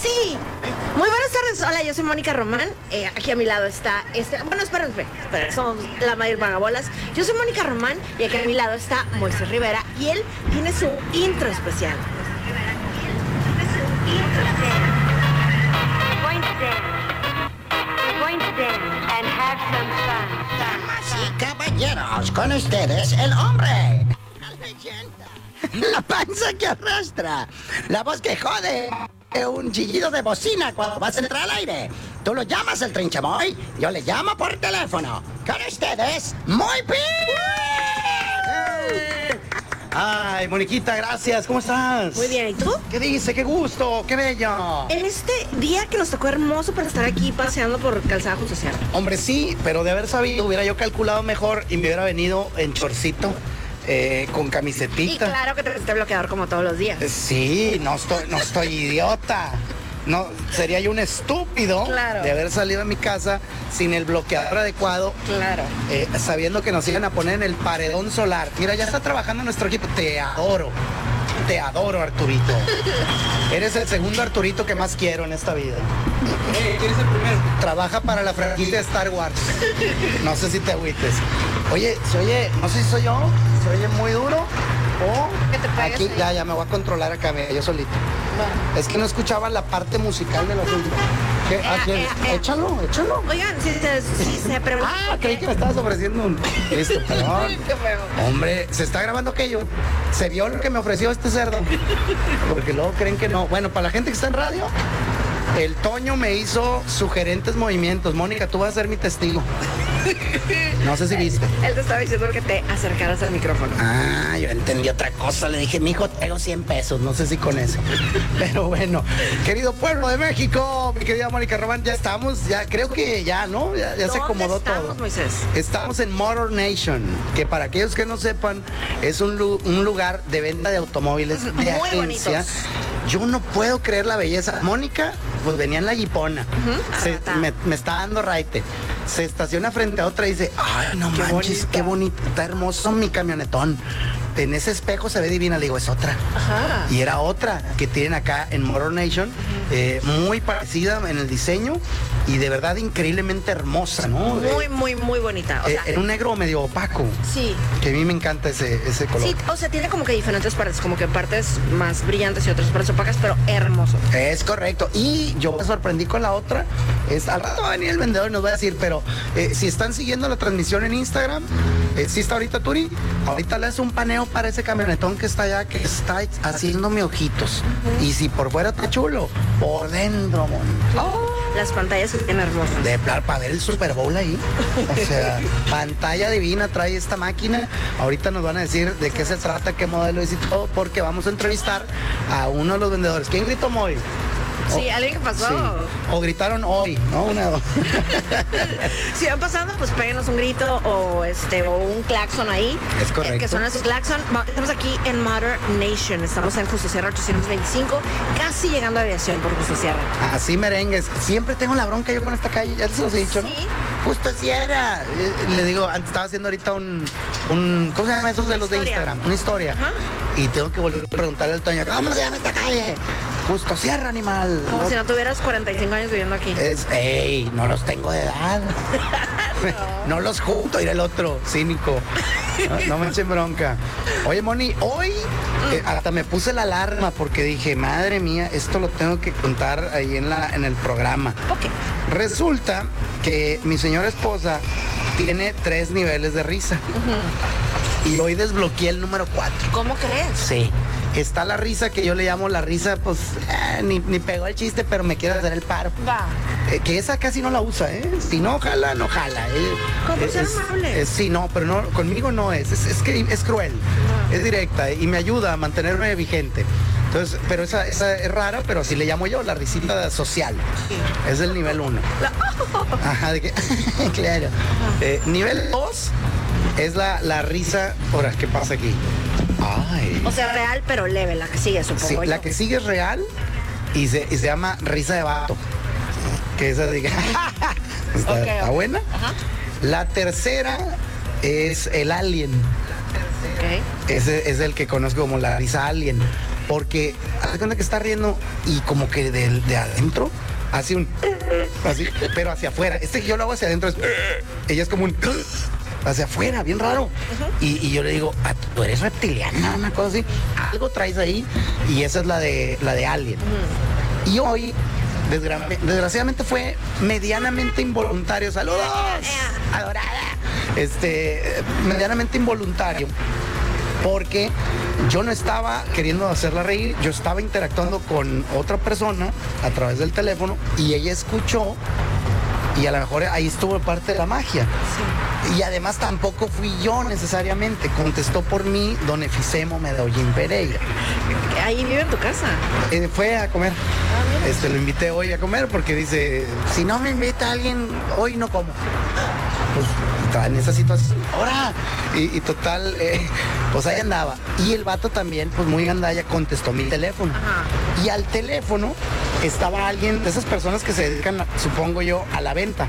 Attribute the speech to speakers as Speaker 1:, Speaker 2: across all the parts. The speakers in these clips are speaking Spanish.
Speaker 1: Sí. Muy buenas tardes. Hola, yo soy Mónica Román. Eh, aquí a mi lado está. Este, bueno, esperen, esperen, esperen, Somos la mayor vagabolas. Yo soy Mónica Román y aquí a mi lado está Moisés Rivera y él tiene su intro especial.
Speaker 2: going to dance. We're going to dance and have some fun.
Speaker 3: Damas y caballeros, con ustedes el hombre. La leyenda. La panza que arrastra. La voz que jode. Eh, Un chillido de bocina cuando vas a entrar al aire. Tú lo llamas el trinchamoy, yo le llamo por teléfono. Con ustedes, muy bien.
Speaker 4: Ay, Moniquita, gracias. ¿Cómo estás?
Speaker 1: Muy bien, ¿y tú?
Speaker 4: ¿Qué dice? ¡Qué gusto! ¡Qué bello!
Speaker 1: En este día que nos tocó hermoso para estar aquí paseando por Calzada José Sierra.
Speaker 4: Hombre, sí, pero de haber sabido, hubiera yo calculado mejor y me hubiera venido en chorcito, eh, con
Speaker 1: Y
Speaker 4: camisetita.
Speaker 1: claro que te este bloqueador como todos los días.
Speaker 4: Eh, Sí, no estoy, no estoy idiota. No, sería yo un estúpido
Speaker 1: Claro.
Speaker 4: de haber salido de mi casa sin el bloqueador adecuado,
Speaker 1: Claro.
Speaker 4: eh, sabiendo que nos iban a poner en el paredón solar. Mira, ya está trabajando nuestro equipo. Te adoro. Te adoro, Arturito. Eres el segundo Arturito que más quiero en esta vida. Trabaja para la franquicia de Star Wars. No sé si te agüites. Oye, se oye, no sé si soy yo, se oye muy duro. O
Speaker 1: Que te pegues
Speaker 4: aquí,
Speaker 1: ahí.
Speaker 4: ya, ya me voy a controlar acá, mira, yo solito. Es que no escuchaba la parte musical del asunto. ¿Qué?
Speaker 1: Eh,
Speaker 4: Ah, ¿qué?
Speaker 1: eh, eh.
Speaker 4: Échalo, échalo.
Speaker 1: Oigan, si se, si se preguntan.
Speaker 4: Ah, creí que me estabas ofreciendo un. Listo, perdón.
Speaker 1: Qué feo.
Speaker 4: Hombre, se está grabando aquello. Se vio lo que me ofreció este cerdo. Porque luego creen que no. Bueno, para la gente que está en radio, el Toño me hizo sugerentes movimientos. Mónica, tú vas a ser mi testigo. No sé si viste.
Speaker 1: Él te estaba diciendo que te acercaras al micrófono.
Speaker 4: Ah, yo entendí otra cosa. Le dije, mijo, tengo 100 pesos. No sé si con eso. Pero bueno, querido pueblo de México, mi querida Mónica Román, ya estamos. Ya creo que ya, ¿no? Ya, ya se
Speaker 1: ¿Dónde
Speaker 4: acomodó
Speaker 1: estamos,
Speaker 4: todo.
Speaker 1: Moisés?
Speaker 4: Estamos en Motor Nation, que para aquellos que no sepan, es un, lu- un lugar de venta de automóviles de
Speaker 1: Muy
Speaker 4: agencia.
Speaker 1: bonitos.
Speaker 4: Yo no puedo creer la belleza. Mónica, pues venía en la jipona.
Speaker 1: Ujú,
Speaker 4: Se-
Speaker 1: arrata.
Speaker 4: me, me está dando raite. Se estaciona frente a otra y dice, ay, no
Speaker 1: Qué
Speaker 4: manches, qué bonito, está hermoso mi camionetón. En ese espejo se ve divina, le digo, es otra.
Speaker 1: Ajá.
Speaker 4: Y era otra que tienen acá en Motor Nation, eh, muy parecida en el diseño y de verdad increíblemente hermosa, ¿no?
Speaker 1: Muy,
Speaker 4: Eh,
Speaker 1: muy, muy bonita. O
Speaker 4: eh,
Speaker 1: sea,
Speaker 4: en un negro medio opaco,
Speaker 1: sí.
Speaker 4: que a mí me encanta ese, ese color.
Speaker 1: Sí, o sea, tiene como que diferentes partes, como que partes más brillantes y otras partes opacas, pero hermoso.
Speaker 4: Es correcto. Y yo me sorprendí con la otra. Es, al rato va a venir el vendedor y nos va a decir, pero eh, si están siguiendo la transmisión en Instagram, eh, si está ahorita Turi, ahorita le hace un paneo para ese camionetón que está allá, que está haciéndome ojitos. Y si por fuera está chulo, por dentro, mon.
Speaker 1: Las pantallas que tienen hermosas.
Speaker 4: De plan, para ver el Super Bowl ahí. O sea, pantalla divina trae esta máquina. Ahorita nos van a decir de qué se trata, qué modelo es y todo, porque vamos a entrevistar a uno de los vendedores. ¿Quién gritó Moy?
Speaker 1: Sí, alguien que pasó.
Speaker 4: Sí. O gritaron hoy, ¿no? Una de dos.
Speaker 1: Si van pasando, pues péguenos un grito o este o un claxon ahí.
Speaker 4: Es correcto.
Speaker 1: Eh, Que suena su claxon. Va- Estamos aquí en Mother Nation. Estamos en Justo Sierra 825, casi llegando a aviación por Justo Sierra.
Speaker 4: Así merengues. Siempre tengo la bronca yo con esta calle, ya se los he dicho, ¿no?
Speaker 1: Sí.
Speaker 4: Justo Sierra. Eh, Le digo, antes estaba haciendo ahorita un, un ¿cómo se llama esos de los de
Speaker 1: Historia.
Speaker 4: Instagram? Una historia.
Speaker 1: Ajá.
Speaker 4: Y tengo que volver a preguntarle al Toño, ¿cómo se llama esta calle? Justo Sierra, animal.
Speaker 1: Como
Speaker 4: No-
Speaker 1: si no tuvieras 45 años viviendo aquí.
Speaker 4: Es, ey, no los tengo de edad. no. los junto, iré el otro, cínico. No, no me echen bronca. Oye, Moni, hoy eh, hasta me puse la alarma porque dije, madre mía, esto lo tengo que contar ahí en, la, en el programa.
Speaker 1: Ok.
Speaker 4: Resulta que mi señora esposa tiene tres niveles de risa. Y hoy desbloqueé el número cuatro.
Speaker 1: ¿Cómo crees?
Speaker 4: Sí. Está la risa que yo le llamo la risa, pues eh, ni, ni pegó el chiste, pero me quiere hacer el paro.
Speaker 1: Va.
Speaker 4: Eh, que esa casi no la usa, ¿eh? Si no jala, no jala. ¿eh?
Speaker 1: ¿Cómo
Speaker 4: Es-
Speaker 1: ser
Speaker 4: es-
Speaker 1: amable?
Speaker 4: es- sí, no, pero no,
Speaker 1: Ah.
Speaker 4: conmigo no es. Es, es que es cruel. Es directa eh, y me ayuda a mantenerme vigente. Entonces, pero esa, esa es rara, pero así le llamo yo la risita social. Es del nivel 1. Ajá, de que, claro. Eh, nivel 2 es la, la risa, ahora, ¿qué pasa aquí? Ay.
Speaker 1: O sea, real, pero leve, la que sigue, supongo
Speaker 4: Sí,
Speaker 1: yo.
Speaker 4: la que sigue es real y se, y se llama risa de vato. Que esa diga. está,
Speaker 1: Ok,
Speaker 4: está
Speaker 1: ok.
Speaker 4: buena.
Speaker 1: Ajá.
Speaker 4: La tercera es el alien.
Speaker 1: Ok.
Speaker 4: Ese es el que conozco como la risa alien. Porque hace cuenta que está riendo y como que del- de, adentro hace un así, pero hacia afuera. Este que yo lo hago hacia adentro es. Ella es como un hacia afuera, bien raro. y, y yo le digo, "Ah, tú eres reptiliana, una cosa así. Algo traes ahí. Y esa es la de la de alien. Y hoy, desgra- desgraciadamente fue medianamente involuntario. ¡Saludos! Adorada. Este, medianamente involuntario. Porque yo no estaba queriendo hacerla reír, yo estaba interactuando con otra persona a través del teléfono y ella escuchó y a lo mejor ahí estuvo parte de la magia. Y además tampoco fui yo necesariamente, contestó por mí don Efisemo Medellín Pereira.
Speaker 1: Ahí vive en tu casa.
Speaker 4: Eh, fue a comer. Este, lo invité hoy a comer porque dice, si no me invita alguien, hoy no como. Pues estaba en esa situación. Ahora. Y, y total, eh, pues ahí andaba. Y el vato también, pues muy gandalla, contestó mi teléfono.
Speaker 1: Ajá.
Speaker 4: Y al teléfono estaba alguien de esas personas que se dedican, supongo yo, a la venta,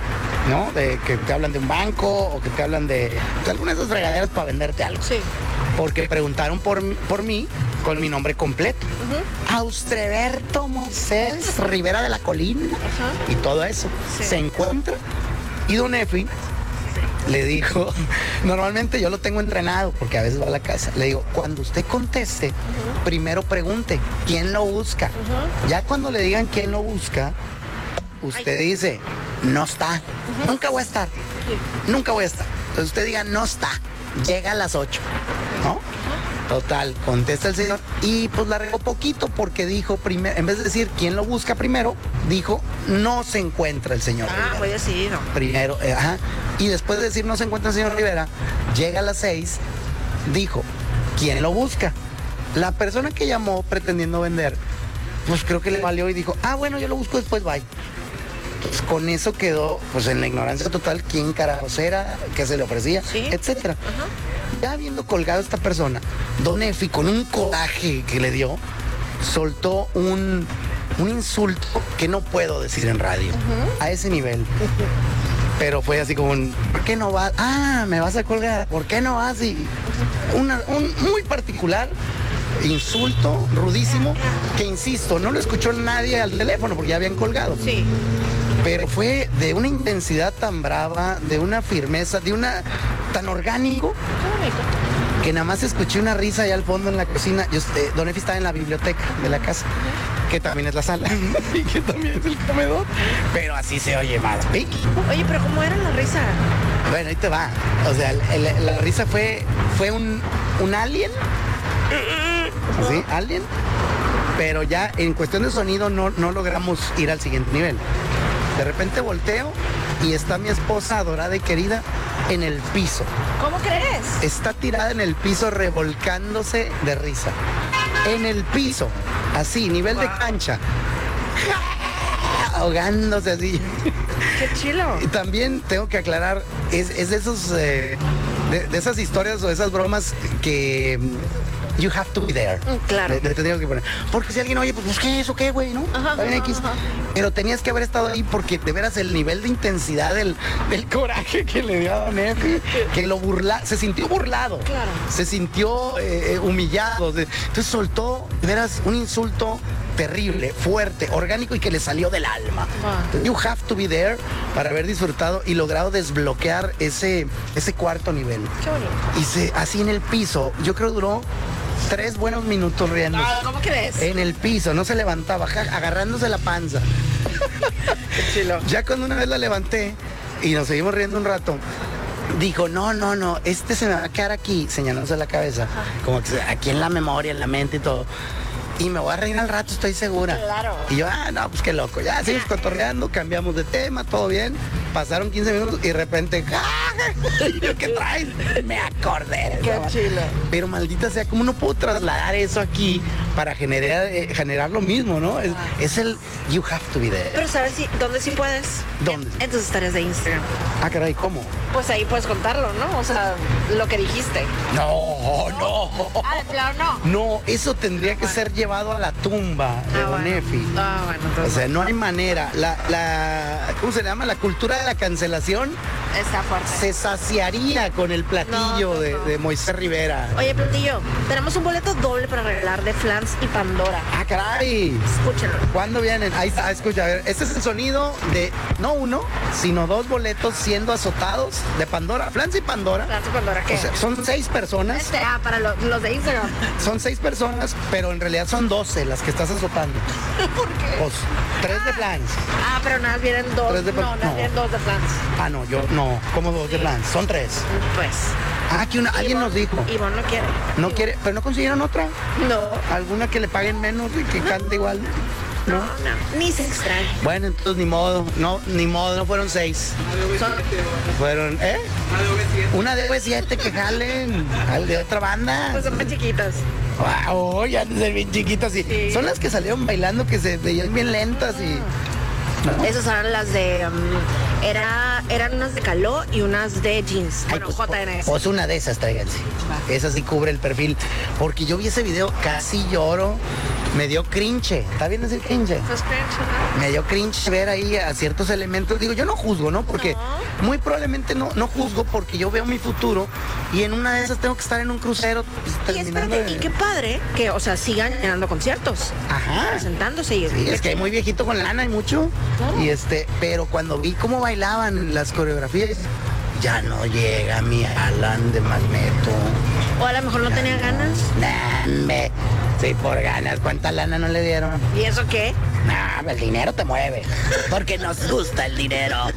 Speaker 4: ¿no? De que te hablan de un banco o que te hablan de, de alguna de esas regaderas para venderte algo
Speaker 1: Sí.
Speaker 4: porque preguntaron por, mí- por mí con mi nombre completo. Austreberto Moisés Rivera de la Colina
Speaker 1: Ajá.
Speaker 4: y todo eso.
Speaker 1: Sí.
Speaker 4: Se encuentra y Don Efi le dijo, normalmente yo lo tengo entrenado porque a veces va a la casa, le digo, cuando usted conteste, primero pregunte, ¿quién lo busca? Ya cuando le digan quién lo busca, usted dice, no está, nunca voy a estar, nunca voy a estar. Entonces usted diga, no está, llega a las 8, ¿no? Total, contesta el señor y pues la regó poquito porque dijo primero, en vez de decir quién lo busca primero, dijo no se encuentra el señor.
Speaker 1: Ah,
Speaker 4: Rivera".
Speaker 1: muy decidido.
Speaker 4: Primero, eh, ajá. Y después de decir no se encuentra el señor Rivera, llega a las seis, dijo, ¿quién lo busca? La persona que llamó pretendiendo vender, pues creo que le valió y dijo, ah, bueno, yo lo busco después, bye. Pues, con eso quedó, pues en la ignorancia total, quién carajos era, qué se le ofrecía,
Speaker 1: Sí.
Speaker 4: etcétera. Ya habiendo colgado a esta persona, Don Efi, con un coraje que le dio, soltó un, un insulto que no puedo decir en radio, a ese nivel. Pero fue así como un, ¿por qué no vas? Ah, me vas a colgar, ¿por qué no vas? Y una- un muy particular insulto rudísimo que insisto, no lo escuchó nadie al teléfono porque ya habían colgado.
Speaker 1: Sí.
Speaker 4: Pero fue de una intensidad tan brava, de una firmeza, de una tan orgánico que nada más escuché una risa allá al fondo en la cocina. Yo, eh, Don Efi estaba en la biblioteca de la casa, que también es la sala y que también es el comedor. Pero así se oye más piqui.
Speaker 1: Oye, pero ¿cómo era la risa?
Speaker 4: Bueno, ahí te va. O sea, el- el- la risa fue, fue un, un alien. ¿Así? Alien. Pero ya en cuestión de sonido no, no logramos ir al siguiente nivel. De repente volteo y está mi esposa adorada y querida en el piso.
Speaker 1: ¿Cómo crees?
Speaker 4: Está tirada en el piso revolcándose de risa. En el piso. Así, nivel de cancha. Ahogándose así.
Speaker 1: Qué chilo.
Speaker 4: Y también tengo que aclarar, es, es de esos eh, de, de esas historias o esas bromas que mm, you have to be there.
Speaker 1: Mm, claro.
Speaker 4: Le- le teníamos que poner. Porque si alguien oye, pues, pues, ¿qué es eso qué, güey? ¿No?
Speaker 1: Ajá,
Speaker 4: Está bien
Speaker 1: ajá,
Speaker 4: X.
Speaker 1: ajá.
Speaker 4: Pero tenías que haber estado ahí porque de veras el nivel de intensidad del, del coraje que le dio a Don Efi, que lo burla, se sintió burlado.
Speaker 1: Claro.
Speaker 4: Se sintió eh, eh, humillado. se- Entonces soltó, de veras, un insulto terrible, fuerte, orgánico y que le salió del alma.
Speaker 1: Wow.
Speaker 4: You have to be there para haber disfrutado y logrado desbloquear ese, ese cuarto nivel.
Speaker 1: Qué bonito.
Speaker 4: Y se, así en el piso, yo creo duró tres buenos minutos riendo.
Speaker 1: Ah, ¿Cómo crees?
Speaker 4: En el piso, no se levantaba, ja, agarrándose la panza. Ya cuando una vez la levanté y nos seguimos riendo un rato, dijo, no, no, no, este se me va a quedar aquí, señalándose la cabeza, como que aquí en la memoria, en la mente y todo. Y me voy a reír al rato, estoy segura.
Speaker 1: Claro.
Speaker 4: Y yo, ah, no, pues qué loco. Ya, seguimos cotorreando, cambiamos de tema, todo bien. Pasaron 15 minutos y de repente, ¡ah! Y yo, ¿Qué traes? Me acordé. de
Speaker 1: Qué
Speaker 4: esa-
Speaker 1: chilo.
Speaker 4: Pero maldita sea, ¿cómo no puedo trasladar eso aquí para generar, eh, generar lo mismo, no? Es, es el you have to be there.
Speaker 1: Pero sabes si, dónde sí puedes.
Speaker 4: ¿Dónde?
Speaker 1: En, en tus historias de Instagram.
Speaker 4: Ah, caray, ¿cómo?
Speaker 1: Pues ahí puedes contarlo, ¿no? O sea, lo que dijiste.
Speaker 4: No, no.
Speaker 1: Ah, claro, no.
Speaker 4: No, eso tendría que ser llevado a la tumba de
Speaker 1: Ah, bueno.
Speaker 4: Bonefi.
Speaker 1: Ah, bueno,
Speaker 4: O
Speaker 1: entonces
Speaker 4: sea, no hay manera. La, la, ¿cómo se le llama? La cultura de la cancelación
Speaker 1: está fuerte.
Speaker 4: se saciaría con el platillo
Speaker 1: No, no,
Speaker 4: de,
Speaker 1: no.
Speaker 4: de Moisés Rivera.
Speaker 1: Oye, Platillo, tenemos un boleto doble para regalar de Flans y Pandora.
Speaker 4: ¡Ah, caray!
Speaker 1: Escúchalo.
Speaker 4: ¿Cuándo vienen? Ahí está, escucha, a ver, este es el sonido de no uno, sino dos boletos siendo azotados de Pandora, Flans y Pandora.
Speaker 1: Flans y Pandora, ¿qué?
Speaker 4: O sea, son seis personas,
Speaker 1: Este, ah, para lo- los de Instagram.
Speaker 4: son seis personas, pero en realidad son 12 las que estás azotando.
Speaker 1: ¿Por qué?
Speaker 4: Pues, tres de Flans.
Speaker 1: Ah, pero nada, más vienen dos.
Speaker 4: Tres de
Speaker 1: no,
Speaker 4: Pan-
Speaker 1: nada, más
Speaker 4: no.
Speaker 1: vienen dos de Flans.
Speaker 4: Ah, no, yo no, como dos de Flans, son tres.
Speaker 1: Pues.
Speaker 4: Ah, que una, alguien
Speaker 1: Ivonne-
Speaker 4: nos dijo.
Speaker 1: Ivonne no quiere.
Speaker 4: No quiere, pero no consiguieron otra.
Speaker 1: No.
Speaker 4: Alguna que le paguen menos y que cante igual.
Speaker 1: No, no. Ni se extraña.
Speaker 4: Bueno, entonces ni modo, no, ni modo, no fueron seis.
Speaker 1: Son-
Speaker 4: Fueron, ¿eh? Una de V7 que jalen al de otra
Speaker 1: pues
Speaker 4: banda.
Speaker 1: son más chiquitas.
Speaker 4: Wow, ya se ven bien chiquitas y
Speaker 1: Sí.
Speaker 4: son las que salieron bailando que se veían bien lentas y
Speaker 1: Esas eran las de. um, era, eran unas de caló y unas de jeans.
Speaker 4: Ay,
Speaker 1: Bueno,
Speaker 4: pues,
Speaker 1: JNS.
Speaker 4: Pues una de esas tráiganse. Esa sí cubre el perfil. Porque yo vi ese video, casi lloro. Me dio cringe. ¿Está bien decir cringe?
Speaker 1: Esas cringe, ¿no?
Speaker 4: me dio cringe ver ahí a ciertos elementos. Digo, yo no juzgo, ¿no? Porque muy probablemente no, no juzgo porque yo veo mi futuro y en una de esas tengo que estar en un crucero pues,
Speaker 1: Y
Speaker 4: terminando
Speaker 1: espérate,
Speaker 4: de-
Speaker 1: y qué padre que, o sea, sigan llenando conciertos.
Speaker 4: Ajá.
Speaker 1: Presentándose y.
Speaker 4: Sí, es que hay muy viejito con lana y mucho. Y este, pero cuando vi cómo bailaban las coreografías, ya no llega mi Alan de Magneto.
Speaker 1: O a lo mejor no tenía ganas.
Speaker 4: Nah, me, sí, por ganas, ¿cuánta lana no le dieron?
Speaker 1: ¿Y eso qué?
Speaker 4: No, el dinero te mueve. Porque nos gusta el dinero.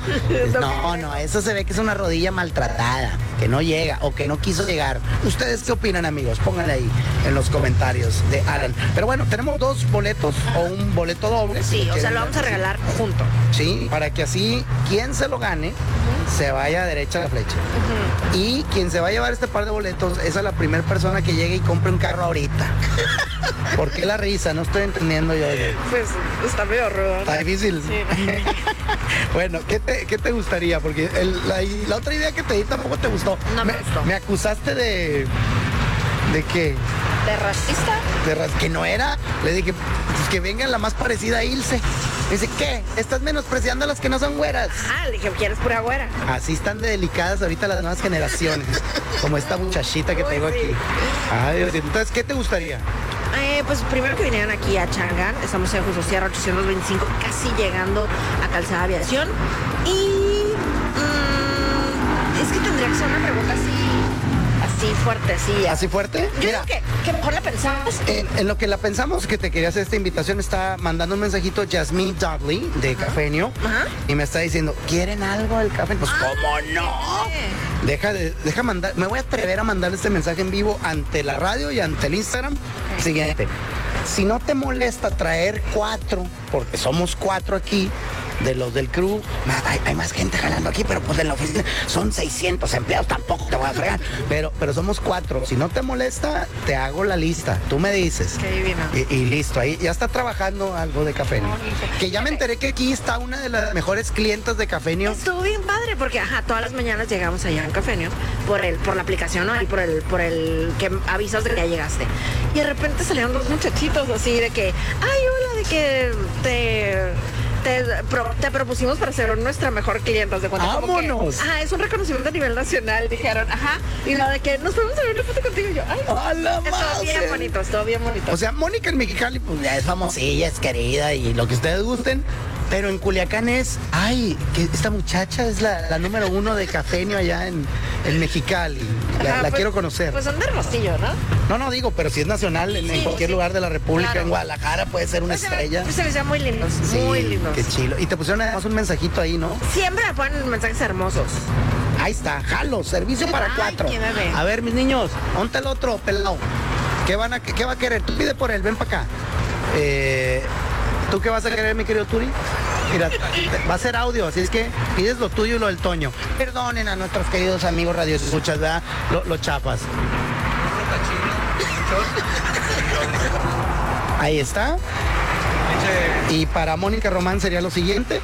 Speaker 4: No, no, eso se ve que es una rodilla maltratada, que no llega o que no quiso llegar. ¿Ustedes qué opinan, amigos? Pónganle ahí en los comentarios de Alan. Pero bueno, tenemos dos boletos o un boleto doble.
Speaker 1: Sí, o sea,
Speaker 4: ¿Quieren?
Speaker 1: lo vamos a regalar junto.
Speaker 4: Sí, para que así quien se lo gane se vaya derecha a la flecha. Y quien se va a llevar este par de boletos es a la primera persona que llegue y compre un carro ahorita. ¿Por qué la risa? No estoy entendiendo yo.
Speaker 1: Pues está medio rudo.
Speaker 4: Está difícil. bueno, ¿qué te, qué te gustaría? Porque el- la, la otra idea que te di tampoco te gustó.
Speaker 1: No me gustó.
Speaker 4: Me acusaste de. ¿De qué?
Speaker 1: ¿De racista?
Speaker 4: De ras- que no era. Le dije, pues que venga la más parecida a Ilse. Me dice, ¿qué? Estás menospreciando a las que no son güeras.
Speaker 1: Ah, le dije, ¿quieres pura güera?
Speaker 4: Así están de delicadas ahorita las nuevas generaciones. Como esta muchachita que
Speaker 1: Uy,
Speaker 4: tengo
Speaker 1: sí.
Speaker 4: aquí. Ay, Dios, entonces, ¿qué te gustaría?
Speaker 1: Eh, pues primero que vinieron aquí a Changán, estamos en Justo Sierra 825, casi llegando a Calzada Aviación. Y mm, es que tendría que ser una pregunta así, así fuerte, así.
Speaker 4: ¿Así fuerte?
Speaker 1: Yo creo que, que mejor la pensamos.
Speaker 4: En, en lo que la pensamos que te quería hacer esta invitación, está mandando un mensajito Jasmine Dudley de Cafenio
Speaker 1: Ajá.
Speaker 4: y me está diciendo, ¿quieren algo del café? Pues, ¿cómo
Speaker 1: Ah,
Speaker 4: no? Deja, de, deja mandar, me voy a atrever a mandar este mensaje en vivo ante la radio y ante el Instagram. Siguiente. Si no te molesta traer cuatro, porque somos cuatro aquí, de los del crew, ma- hay, hay más gente jalando aquí, pero pues en la oficina son 600 empleados, tampoco te voy a fregar. Pero, pero somos cuatro. Si no te molesta, te hago la lista. Tú me dices.
Speaker 1: Qué divino.
Speaker 4: Y, y listo, ahí ya está trabajando algo de Cafenio. Que ya me enteré que aquí está una de las mejores clientas de Cafenio.
Speaker 1: Estuvo bien padre porque ajá, todas las mañanas llegamos allá en Cafenio por el, por la aplicación ¿no? y por el, por el que avisas de que ya llegaste. Y de repente salieron dos muchachitos así de que, ay, hola, de que te. Te, pro- te propusimos para ser nuestra mejor clienta de cuenta. como que,
Speaker 4: ¡Vámonos!
Speaker 1: ajá, es un reconocimiento a nivel nacional, dijeron, ajá. Y lo de que nos podemos hacer una foto contigo y yo, ay,
Speaker 4: ¡A la
Speaker 1: estuvo bien
Speaker 4: madre!
Speaker 1: bonito, estuvo bien bonito.
Speaker 4: O sea, Mónica en Mexicali, pues ya es famosilla, es querida y lo que ustedes gusten. Pero en Culiacán es, ay, que esta muchacha es la, la número uno de Cafenio allá en, en Mexicali. La,
Speaker 1: Ajá,
Speaker 4: la
Speaker 1: pues-
Speaker 4: quiero conocer.
Speaker 1: Pues son de Rostillo, ¿no?
Speaker 4: no, no digo, pero si es nacional, en, en
Speaker 1: Sí,
Speaker 4: cualquier
Speaker 1: sí.
Speaker 4: lugar de la República,
Speaker 1: Claro.
Speaker 4: en Guadalajara puede ser una
Speaker 1: Pues se ve-
Speaker 4: estrella.
Speaker 1: pues se veían muy lindos,
Speaker 4: Sí,
Speaker 1: muy lindos.
Speaker 4: Qué chilo. Y te pusieron además un mensajito ahí, ¿no?
Speaker 1: Siempre me ponen mensajes hermosos.
Speaker 4: Ahí está, jalo, servicio para
Speaker 1: Ay,
Speaker 4: cuatro.
Speaker 1: qué bebé.
Speaker 4: A ver, mis niños, ponte el otro, pelado. ¿Qué, van a, ¿Qué va a querer? Tú pide por él, ven para acá. Eh, ¿Tú qué vas a querer, mi querido Turi? Mira, te- va a ser audio, así es que pides lo tuyo y lo del Toño. Perdonen a nuestros queridos amigos radio escuchas, ¿verdad? Lo, lo chapas. Ahí está. Y para Mónica Román sería lo siguiente.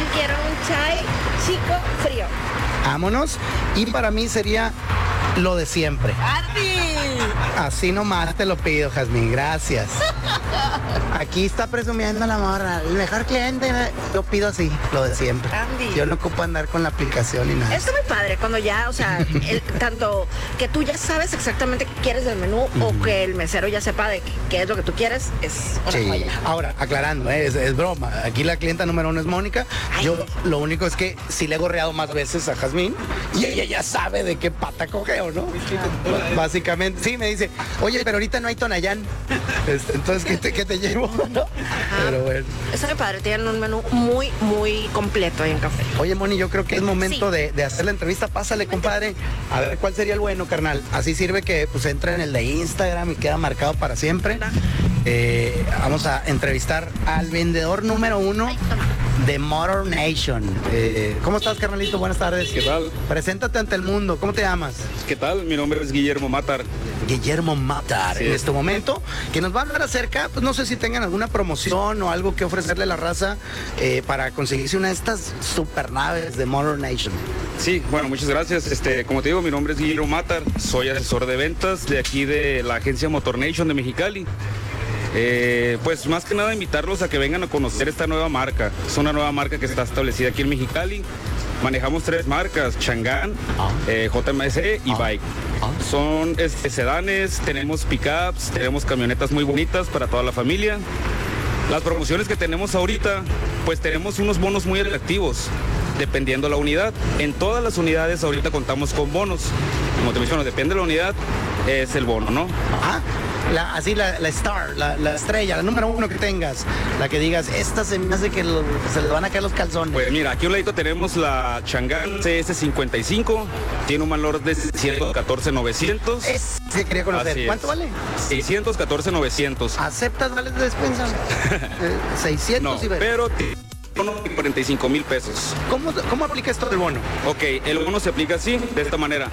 Speaker 1: Yo quiero un chai chico frío.
Speaker 4: Vámonos. Y para mí sería lo de siempre. Así nomás te lo pido, Jazmín. Gracias. Aquí está presumiendo la morra. El mejor cliente. eh, Yo pido así, lo de siempre.
Speaker 1: Andy.
Speaker 4: Yo no ocupo andar con la aplicación y nada.
Speaker 1: Está muy padre cuando ya, o sea, el- tanto que tú ya sabes exactamente qué quieres del menú o que el mesero ya sepa de qué- qué es lo que tú quieres, es una
Speaker 4: Sí.
Speaker 1: joya.
Speaker 4: Ahora, aclarando, ¿eh? es, es broma. Aquí la clienta número uno es Mónica. Yo lo único es que sí le he gorreado más veces a Jazmín y ella ya sabe de qué pata cogeo, ¿no? B- Básicamente, sí, me dice, oye, pero ahorita no hay Tonayán. Este, Entonces, ¿qué te, qué te llevo? ¿no? Pero bueno.
Speaker 1: Está muy padre, tienen un menú muy, muy completo ahí en café.
Speaker 4: Oye, Moni, yo creo que es momento de, de hacer la entrevista. Pásale, compadre. A ver, ¿cuál sería el bueno, carnal? Así sirve que pues entra en el de Instagram y queda marcado para siempre. Eh, vamos a entrevistar al vendedor número uno de Motor Nation. Eh, ¿Cómo estás, carnalito? Buenas tardes.
Speaker 5: ¿Qué tal?
Speaker 4: Preséntate ante el mundo. ¿Cómo te llamas?
Speaker 5: ¿Qué tal? Mi nombre es Guillermo Matar.
Speaker 4: Guillermo Matar
Speaker 5: Así
Speaker 4: en
Speaker 5: es.
Speaker 4: este momento, que nos va a hablar acerca, pues no sé si tengan alguna promoción o algo que ofrecerle a la raza eh, para conseguirse una de estas supernaves de Motor Nation.
Speaker 5: Sí, bueno, muchas gracias. Este, como te digo, mi nombre es Guillermo Matar. Soy asesor de ventas de aquí de la agencia Motor Nation de Mexicali. Eh, pues más que nada invitarlos a que vengan a conocer esta nueva marca. Es una nueva marca que está establecida aquí en Mexicali. Manejamos tres marcas, Changán, eh, JMC y Bike. Son este, sedanes, tenemos pickups, tenemos camionetas muy bonitas para toda la familia. Las promociones que tenemos ahorita, pues tenemos unos bonos muy atractivos, dependiendo la unidad. En todas las unidades ahorita contamos con bonos. Como te menciono, depende de la unidad, es el bono, ¿no?
Speaker 4: Ajá. La, así la, la star, la, la estrella, la número uno que tengas, la que digas, esta se me hace que lo- se le van a caer los calzones.
Speaker 5: Pues mira, aquí a un ladito tenemos la Chang'an CS55, tiene un valor de 114,900.
Speaker 4: Es- se quería conocer.
Speaker 5: Así es.
Speaker 4: ¿Cuánto vale? Ah,
Speaker 5: 614,900.
Speaker 4: ¿Aceptas vales de despensa? Eh, 600
Speaker 5: No,
Speaker 4: y ver.
Speaker 5: pero tiene un bono de 45 mil pesos.
Speaker 4: ¿Cómo, ¿Cómo aplica esto del bono?
Speaker 5: Ok, el bono se aplica así, de esta manera,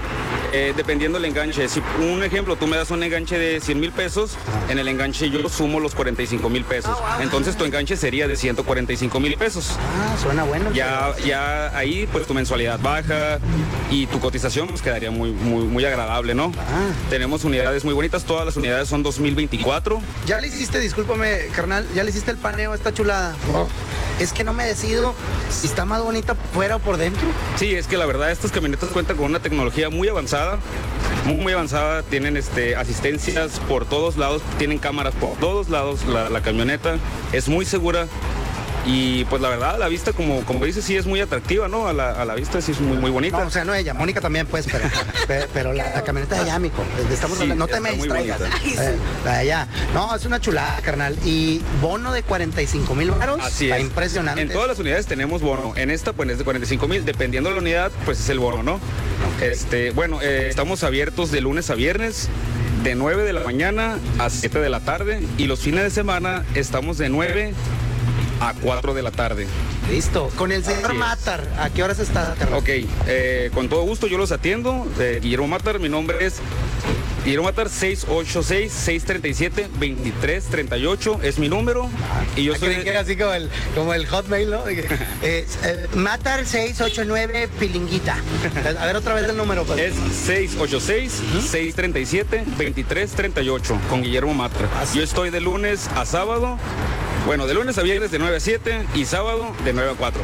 Speaker 5: eh, dependiendo del enganche. Si un ejemplo, tú me das un enganche de 100 mil pesos, en el enganche yo sumo los 45 mil pesos. Entonces tu enganche sería de 145 mil pesos.
Speaker 4: Ah, suena bueno.
Speaker 5: Ya, ya ahí pues tu mensualidad baja y tu cotización pues quedaría muy, muy, muy agradable, ¿no?
Speaker 4: Ah.
Speaker 5: Tenemos unidades muy bonitas, todas las unidades son 2024.
Speaker 4: Ya le hiciste, discúlpame, carnal, ya le hiciste el paneo a esta chulada. Es que no me decido si está más bonita por fuera o por dentro.
Speaker 5: Sí, es que la verdad estas camionetas cuentan con una tecnología muy avanzada, muy, muy avanzada, tienen este, asistencias por todos lados, tienen cámaras por todos lados, la, la camioneta es muy segura y pues la verdad a la vista como, como dices sí es muy atractiva, ¿no? A la, a la vista sí es muy, muy bonita.
Speaker 4: No, o sea, no ella, Mónica también, pues, pero, pero, pero la, la camioneta de allá, mijo, estamos
Speaker 5: Oh. Sí,
Speaker 4: hablando- no te
Speaker 5: está
Speaker 4: me
Speaker 5: muy
Speaker 4: distraigas.
Speaker 5: bonita.
Speaker 4: Eh, la de allá. No, es una chulada, carnal. Y bono de 45 mil baros,
Speaker 5: Así
Speaker 4: está
Speaker 5: es.
Speaker 4: impresionante.
Speaker 5: En todas las unidades tenemos bono. En esta, pues es de 45 mil. Dependiendo de la unidad, pues es el bono, ¿no? Este, bueno, eh, estamos abiertos de lunes a viernes, de 9 de la mañana a 7 de la tarde. Y los fines de semana estamos de 9 a 4 de la tarde.
Speaker 4: Listo. Con el señor
Speaker 5: Así es.
Speaker 4: Matar, ¿a qué horas está, carnal?
Speaker 5: Ok, eh, con todo gusto yo los atiendo. Eh, Guillermo Matar, mi nombre es Guillermo Matar 686-637-2338. Es mi número. Y yo
Speaker 4: Ah,
Speaker 5: soy...
Speaker 4: creí que era así como el, como el hotmail, ¿no? Dije, eh, eh, Matar 689 Pilinguita. A ver otra vez el número. pues.
Speaker 5: Es 686-637-2338 con Guillermo Matra. Yo estoy de lunes a sábado. Bueno, de lunes a viernes de 9 a 7 y sábado de 9 a 4.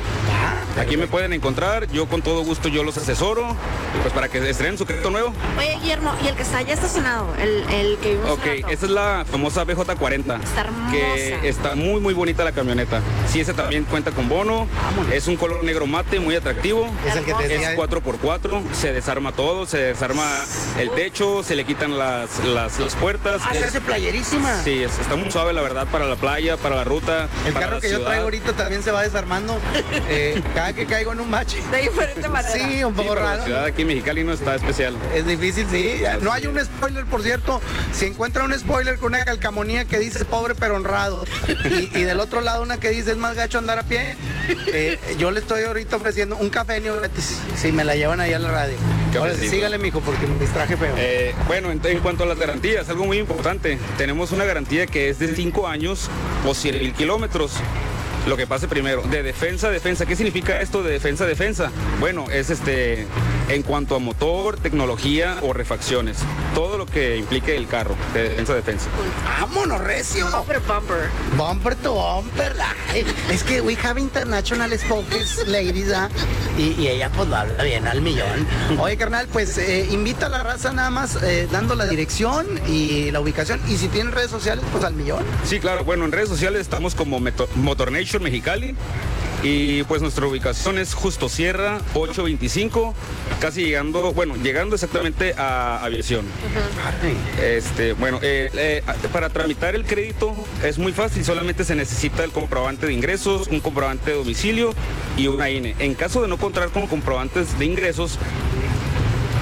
Speaker 5: Aquí me pueden encontrar, yo con todo gusto yo los asesoro, pues para que estrenen su crédito nuevo.
Speaker 1: Oye, Guillermo, y el que está ya estacionado, el, el que vimos.
Speaker 5: Ok,
Speaker 1: hace rato.
Speaker 5: esta es la famosa BJ40.
Speaker 1: Está hermosa.
Speaker 5: Que está muy, muy bonita la camioneta. Sí, esa también cuenta con bono. Es un color negro mate, muy atractivo.
Speaker 4: Es el que te decía. eh.
Speaker 5: Es 4x4, se desarma todo, se desarma el techo, se le quitan las, las, las puertas.
Speaker 4: Ah, se hace playerísima.
Speaker 5: Sí, es- está muy suave la verdad para la playa, para la ruta.
Speaker 4: El
Speaker 5: para
Speaker 4: carro
Speaker 5: la
Speaker 4: que yo
Speaker 5: ciudad.
Speaker 4: traigo ahorita también se va desarmando. eh, cada que caigo en un bache.
Speaker 6: De diferente manera.
Speaker 4: Sí, un
Speaker 5: Sí,
Speaker 4: poco
Speaker 5: pero la
Speaker 4: raro.
Speaker 5: ciudad aquí en Mexicali no está especial.
Speaker 4: Es difícil, sí. No hay un spoiler, por cierto. Si encuentra un spoiler con una calcamonía que dice pobre pero honrado y, y del otro lado una que dice es más gacho andar a pie, eh, yo le estoy ahorita ofreciendo un café New gratis. Si me la llevan ahí a la radio.
Speaker 5: Qué
Speaker 4: Ahora sí,
Speaker 5: ofensivo.
Speaker 4: sígale, mijo, porque me distraje feo.
Speaker 5: Eh, bueno, en, en cuanto a las garantías, algo muy importante. Tenemos una garantía que es de 5 años o 100 mil kilómetros. Lo que pase primero, de defensa a defensa. ¿Qué significa esto de defensa a defensa? Bueno, es este en cuanto a motor, tecnología o refacciones. Todo lo que implique el carro, de defensa a defensa.
Speaker 4: ¡Vámonos, recio!
Speaker 1: Bumper, bumper.
Speaker 4: Bumper to bumper. ay, Es que we have international spokes ladies, ¿ah? y, y ella pues lo habla bien al millón. Oye, carnal, pues eh, invita a la raza nada más eh, dando la dirección y la ubicación. Y si tienen redes sociales, pues al millón.
Speaker 5: Sí, claro. Bueno, en redes sociales estamos como Meto- Motor Nation Mexicali. Y pues nuestra ubicación es Justo Sierra 825, casi llegando, bueno, llegando exactamente a Aviación. Este, bueno, eh, eh, para tramitar el crédito es muy fácil, solamente se necesita el comprobante de ingresos, un comprobante de domicilio y una INE. En caso de no contar con comprobantes de ingresos,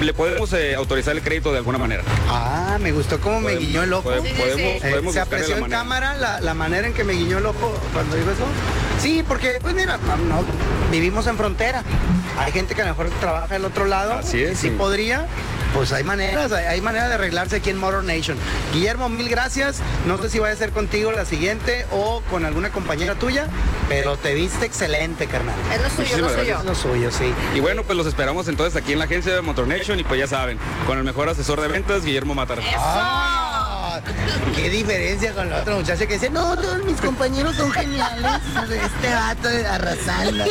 Speaker 5: le podemos eh, autorizar el crédito de alguna manera.
Speaker 4: Ah, me gustó cómo me
Speaker 5: Podemos-
Speaker 4: guiñó el ojo.
Speaker 5: podemos-
Speaker 6: Sí, sí, sí.
Speaker 5: podemos-
Speaker 4: Eh,
Speaker 5: podemos
Speaker 4: se
Speaker 5: buscarle
Speaker 4: apreció
Speaker 5: la
Speaker 4: en
Speaker 5: manera.
Speaker 4: cámara la, la manera en que me guiñó el ojo cuando dijo eso. Sí, porque pues mira, no, no, vivimos en frontera. Hay gente que a lo mejor trabaja del otro lado.
Speaker 5: Así es,
Speaker 4: Si
Speaker 5: sí.
Speaker 4: podría, pues hay maneras, hay, hay manera de arreglarse aquí en Motor Nation. Guillermo, mil gracias. No sé si va a ser contigo la siguiente o con alguna compañera tuya, pero te viste excelente, carnal.
Speaker 6: Es lo suyo, lo
Speaker 5: Muchísimas
Speaker 6: suyo.
Speaker 4: Es lo suyo, sí.
Speaker 5: Y bueno, pues los esperamos entonces aquí en la agencia de Motor Nation y pues ya saben, con el mejor asesor de ventas, Guillermo Matar.
Speaker 4: ¡Ah! Qué diferencia con la otra muchacha que dice, no, todos mis compañeros son geniales. Este vato de arrasando.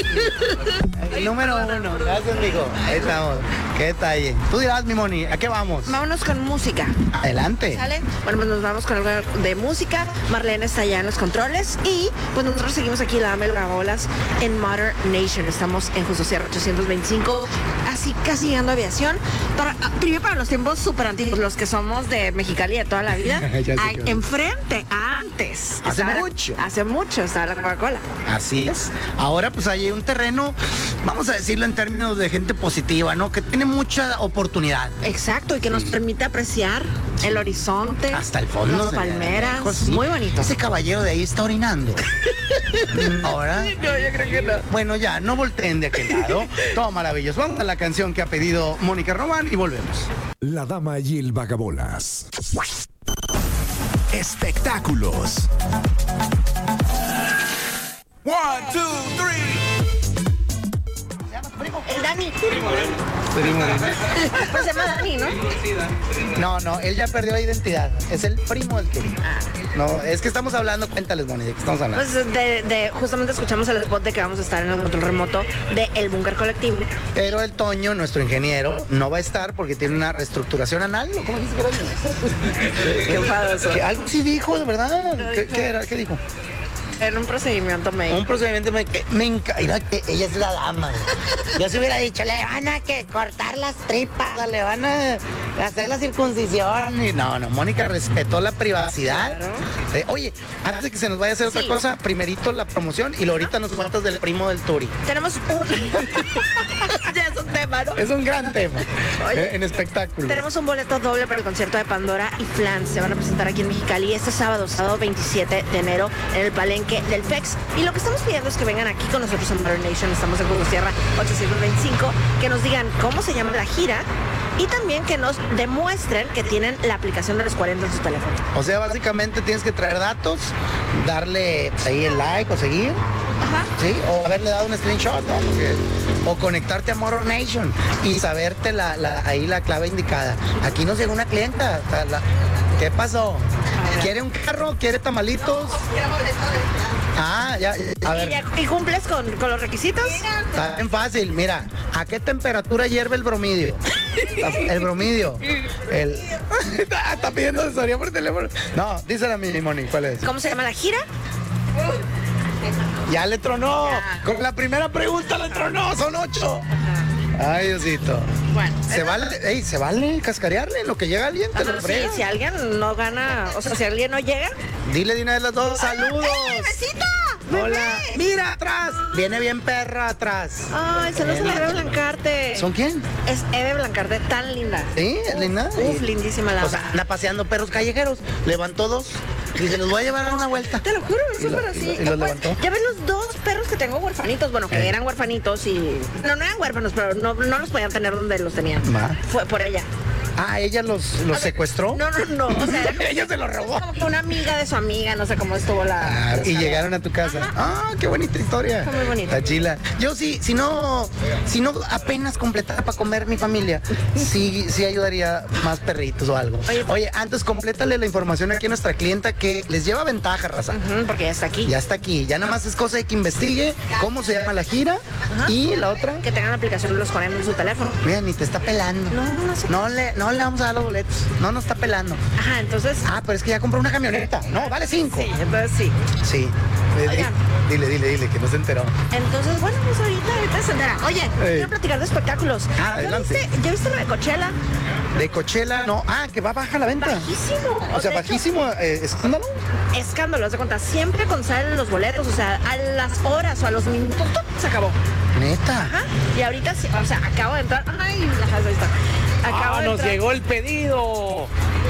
Speaker 4: El número uno. Gracias, amigo. Ahí estamos. Qué detalle. Tú dirás, mi Moni, ¿a qué vamos?
Speaker 1: Vámonos con música.
Speaker 4: Adelante.
Speaker 1: ¿Sale? Bueno, pues nos vamos con algo de música. Marlene está allá en los controles. Y pues nosotros seguimos aquí, la Mel Gabolas, en Modern Nation. Estamos en Justo Sierra 825, así casi llegando a aviación. Para, ah, trivial para los tiempos súper antiguos, los que somos de Mexicali de toda la vida.
Speaker 4: Ya sé
Speaker 1: Ay,
Speaker 4: qué vas a
Speaker 1: enfrente, antes.
Speaker 4: Hace
Speaker 1: Estaba-
Speaker 4: mucho.
Speaker 1: Hace mucho estaba la Coca-Cola.
Speaker 4: Así es. Ahora pues hay un terreno, vamos a decirlo en términos de gente positiva, ¿no? Que tiene mucha oportunidad.
Speaker 1: Exacto, y que nos permite apreciar el horizonte.
Speaker 4: Hasta el fondo.
Speaker 1: Las
Speaker 4: de-
Speaker 1: palmeras.
Speaker 4: lejos, sí.
Speaker 1: Muy bonito.
Speaker 4: Ese caballero de ahí está orinando. Ahora. No, yo creo que no. Bueno, ya, no volteen de aquel lado. Todo maravilloso. Vamos a la canción que ha pedido Mónica Román y volvemos.
Speaker 7: La dama y el vagabolas. Espectáculos.
Speaker 1: El Dani. Pues se llama Dani, ¿no?
Speaker 4: No, no, él ya perdió la identidad. Es el primo del querido. No, es que estamos hablando, cuéntales, Moni, de qué estamos hablando.
Speaker 1: Pues de, de- justamente escuchamos el spot de que vamos a estar en el control remoto de El Búnker Colectivo.
Speaker 4: Pero el Toño, nuestro ingeniero, no va a estar porque tiene una reestructuración anal. ¿o ¿Cómo dice que era? Qué Que Algo sí dijo, de verdad. ¿Qué, qué era? ¿Qué dijo?
Speaker 1: En un procedimiento
Speaker 4: Un
Speaker 1: médico.
Speaker 4: procedimiento me, que me enca- mira que ella es la dama. güey. Yo se hubiera dicho, le van a que cortar las tripas, le van a hacer la circuncisión. Y no, no, Mónica respetó la privacidad.
Speaker 1: Claro.
Speaker 4: Eh, oye, antes de que se nos vaya a hacer otra
Speaker 1: Sí.
Speaker 4: cosa, primerito la promoción y luego ahorita nos cuentas del primo del Turi.
Speaker 1: Tenemos un... ya es un tema, ¿no?
Speaker 4: Es un gran tema.
Speaker 1: Oye.
Speaker 4: eh, en espectáculo.
Speaker 1: Tenemos un boleto doble para el concierto de Pandora y Flan. Se van a presentar aquí en Mexicali este sábado, sábado 27 de enero, en el palenque del PEX. Y lo que estamos pidiendo es que vengan aquí con nosotros en Modern Nation. Estamos en Jugo Sierra 825. Que nos digan cómo se llama la gira y también que nos demuestren que tienen la aplicación de los 40 en su teléfono.
Speaker 4: O sea, básicamente tienes que traer datos, darle pues, ahí el like o seguir. Sí, o haberle dado un screenshot, ¿no? Porque- o conectarte a Motor Nation y saberte la, la- ahí la clave indicada. Aquí nos llegó una clienta. o sea, la- ¿Qué pasó? ¿Quiere un carro? ¿Quiere tamalitos? Ah, ya. A
Speaker 1: ¿Y, ya-
Speaker 4: ver,
Speaker 1: y cumples con, con los requisitos?
Speaker 4: está bien fácil. Mira, ¿a qué temperatura hierve el bromidio? El bromidio. El... está pidiendo asesoría por teléfono. No, dísela a mi Moni, ¿cuál es?
Speaker 1: ¿Cómo se llama la gira?
Speaker 4: Ya le tronó. Con la primera pregunta le tronó. Son ocho. Ay, Diosito.
Speaker 1: Bueno,
Speaker 4: Se vale, ey, se vale cascarearle en lo que llega alguien, te lo
Speaker 1: Ajá, sí,
Speaker 4: fregas.
Speaker 1: si alguien no gana, o sea, si alguien no llega.
Speaker 4: Dile de una de las dos, saludos.
Speaker 1: ¡Eh, besito! ¡Bebé!
Speaker 4: Hola. Mira atrás. Viene bien perra atrás.
Speaker 1: Ay, saludos a la Eve Blancarte.
Speaker 4: ¿Son quién?
Speaker 1: Es Eve Blancarte, tan linda.
Speaker 4: Sí, es linda.
Speaker 1: Uf, lindísima la
Speaker 4: O sea,
Speaker 1: amo.
Speaker 4: anda paseando perros callejeros. Levantó dos. Dice, los voy a llevar a una vuelta.
Speaker 1: Te lo juro, es
Speaker 4: Y lo-
Speaker 1: súper
Speaker 4: y
Speaker 1: así.
Speaker 4: lo- y
Speaker 1: No,
Speaker 4: los
Speaker 1: pues,
Speaker 4: levantó.
Speaker 1: ya ves los dos perros que tengo huerfanitos. Bueno, que
Speaker 4: Eh.
Speaker 1: eran huerfanitos y. No, no eran huérfanos, pero no, no los podían tener donde los tenían.
Speaker 4: Va.
Speaker 1: Fue por ella.
Speaker 4: Ah, ella los, los
Speaker 1: O sea,
Speaker 4: secuestró.
Speaker 1: No, no, no. O sea, era-
Speaker 4: ella se los robó.
Speaker 1: como que una amiga de su amiga, no sé cómo estuvo la. la
Speaker 4: Ah, y
Speaker 1: tarea.
Speaker 4: llegaron a tu casa. Ah, qué bonita historia.
Speaker 1: Está muy bonita.
Speaker 4: Está chila. Yo sí, si no, si no apenas completara para comer mi familia, sí, sí ayudaría más perritos o algo.
Speaker 1: Oye,
Speaker 4: Oye, antes complétale la información aquí a nuestra clienta que les lleva ventaja, raza.
Speaker 1: Ujú, porque ya está aquí.
Speaker 4: Ya está aquí. Ya nada más es cosa de que investigue cómo se llama la gira
Speaker 1: Ajá.
Speaker 4: y la otra.
Speaker 1: Que tengan la aplicación de los coreanos en su teléfono.
Speaker 4: Mira, ni te está pelando.
Speaker 1: No, no sé.
Speaker 4: No le, no le vamos a dar los boletos. No nos está pelando.
Speaker 1: Ajá, entonces.
Speaker 4: Ah, pero es que ya compró una camioneta. No, vale cinco.
Speaker 1: Sí, entonces sí.
Speaker 4: Sí.
Speaker 1: Oigan.
Speaker 4: Dile, dile, dile, que no se enteró.
Speaker 1: Entonces, bueno, pues ahorita, ahorita se entera. Oye, quiero platicar de espectáculos.
Speaker 4: Ah, adelante.
Speaker 1: ¿Ya viste, ya viste lo de Coachella?
Speaker 4: De Coachella, no. Ah, que va baja la venta.
Speaker 1: Bajísimo.
Speaker 4: Ah. O sea,
Speaker 1: De hecho,
Speaker 4: bajísimo, eh, escándalo.
Speaker 1: escándalo, haz de cuenta. Siempre con salen los boletos, o sea, a las horas o a los minutos, ¡tup! se acabó.
Speaker 4: Neta.
Speaker 1: Ajá. Y ahorita, sí, o sea, acabo de entrar. Ay, ajá, ahí está. Acabo
Speaker 6: Ah,
Speaker 1: de
Speaker 6: nos
Speaker 1: entrar.
Speaker 6: llegó el pedido.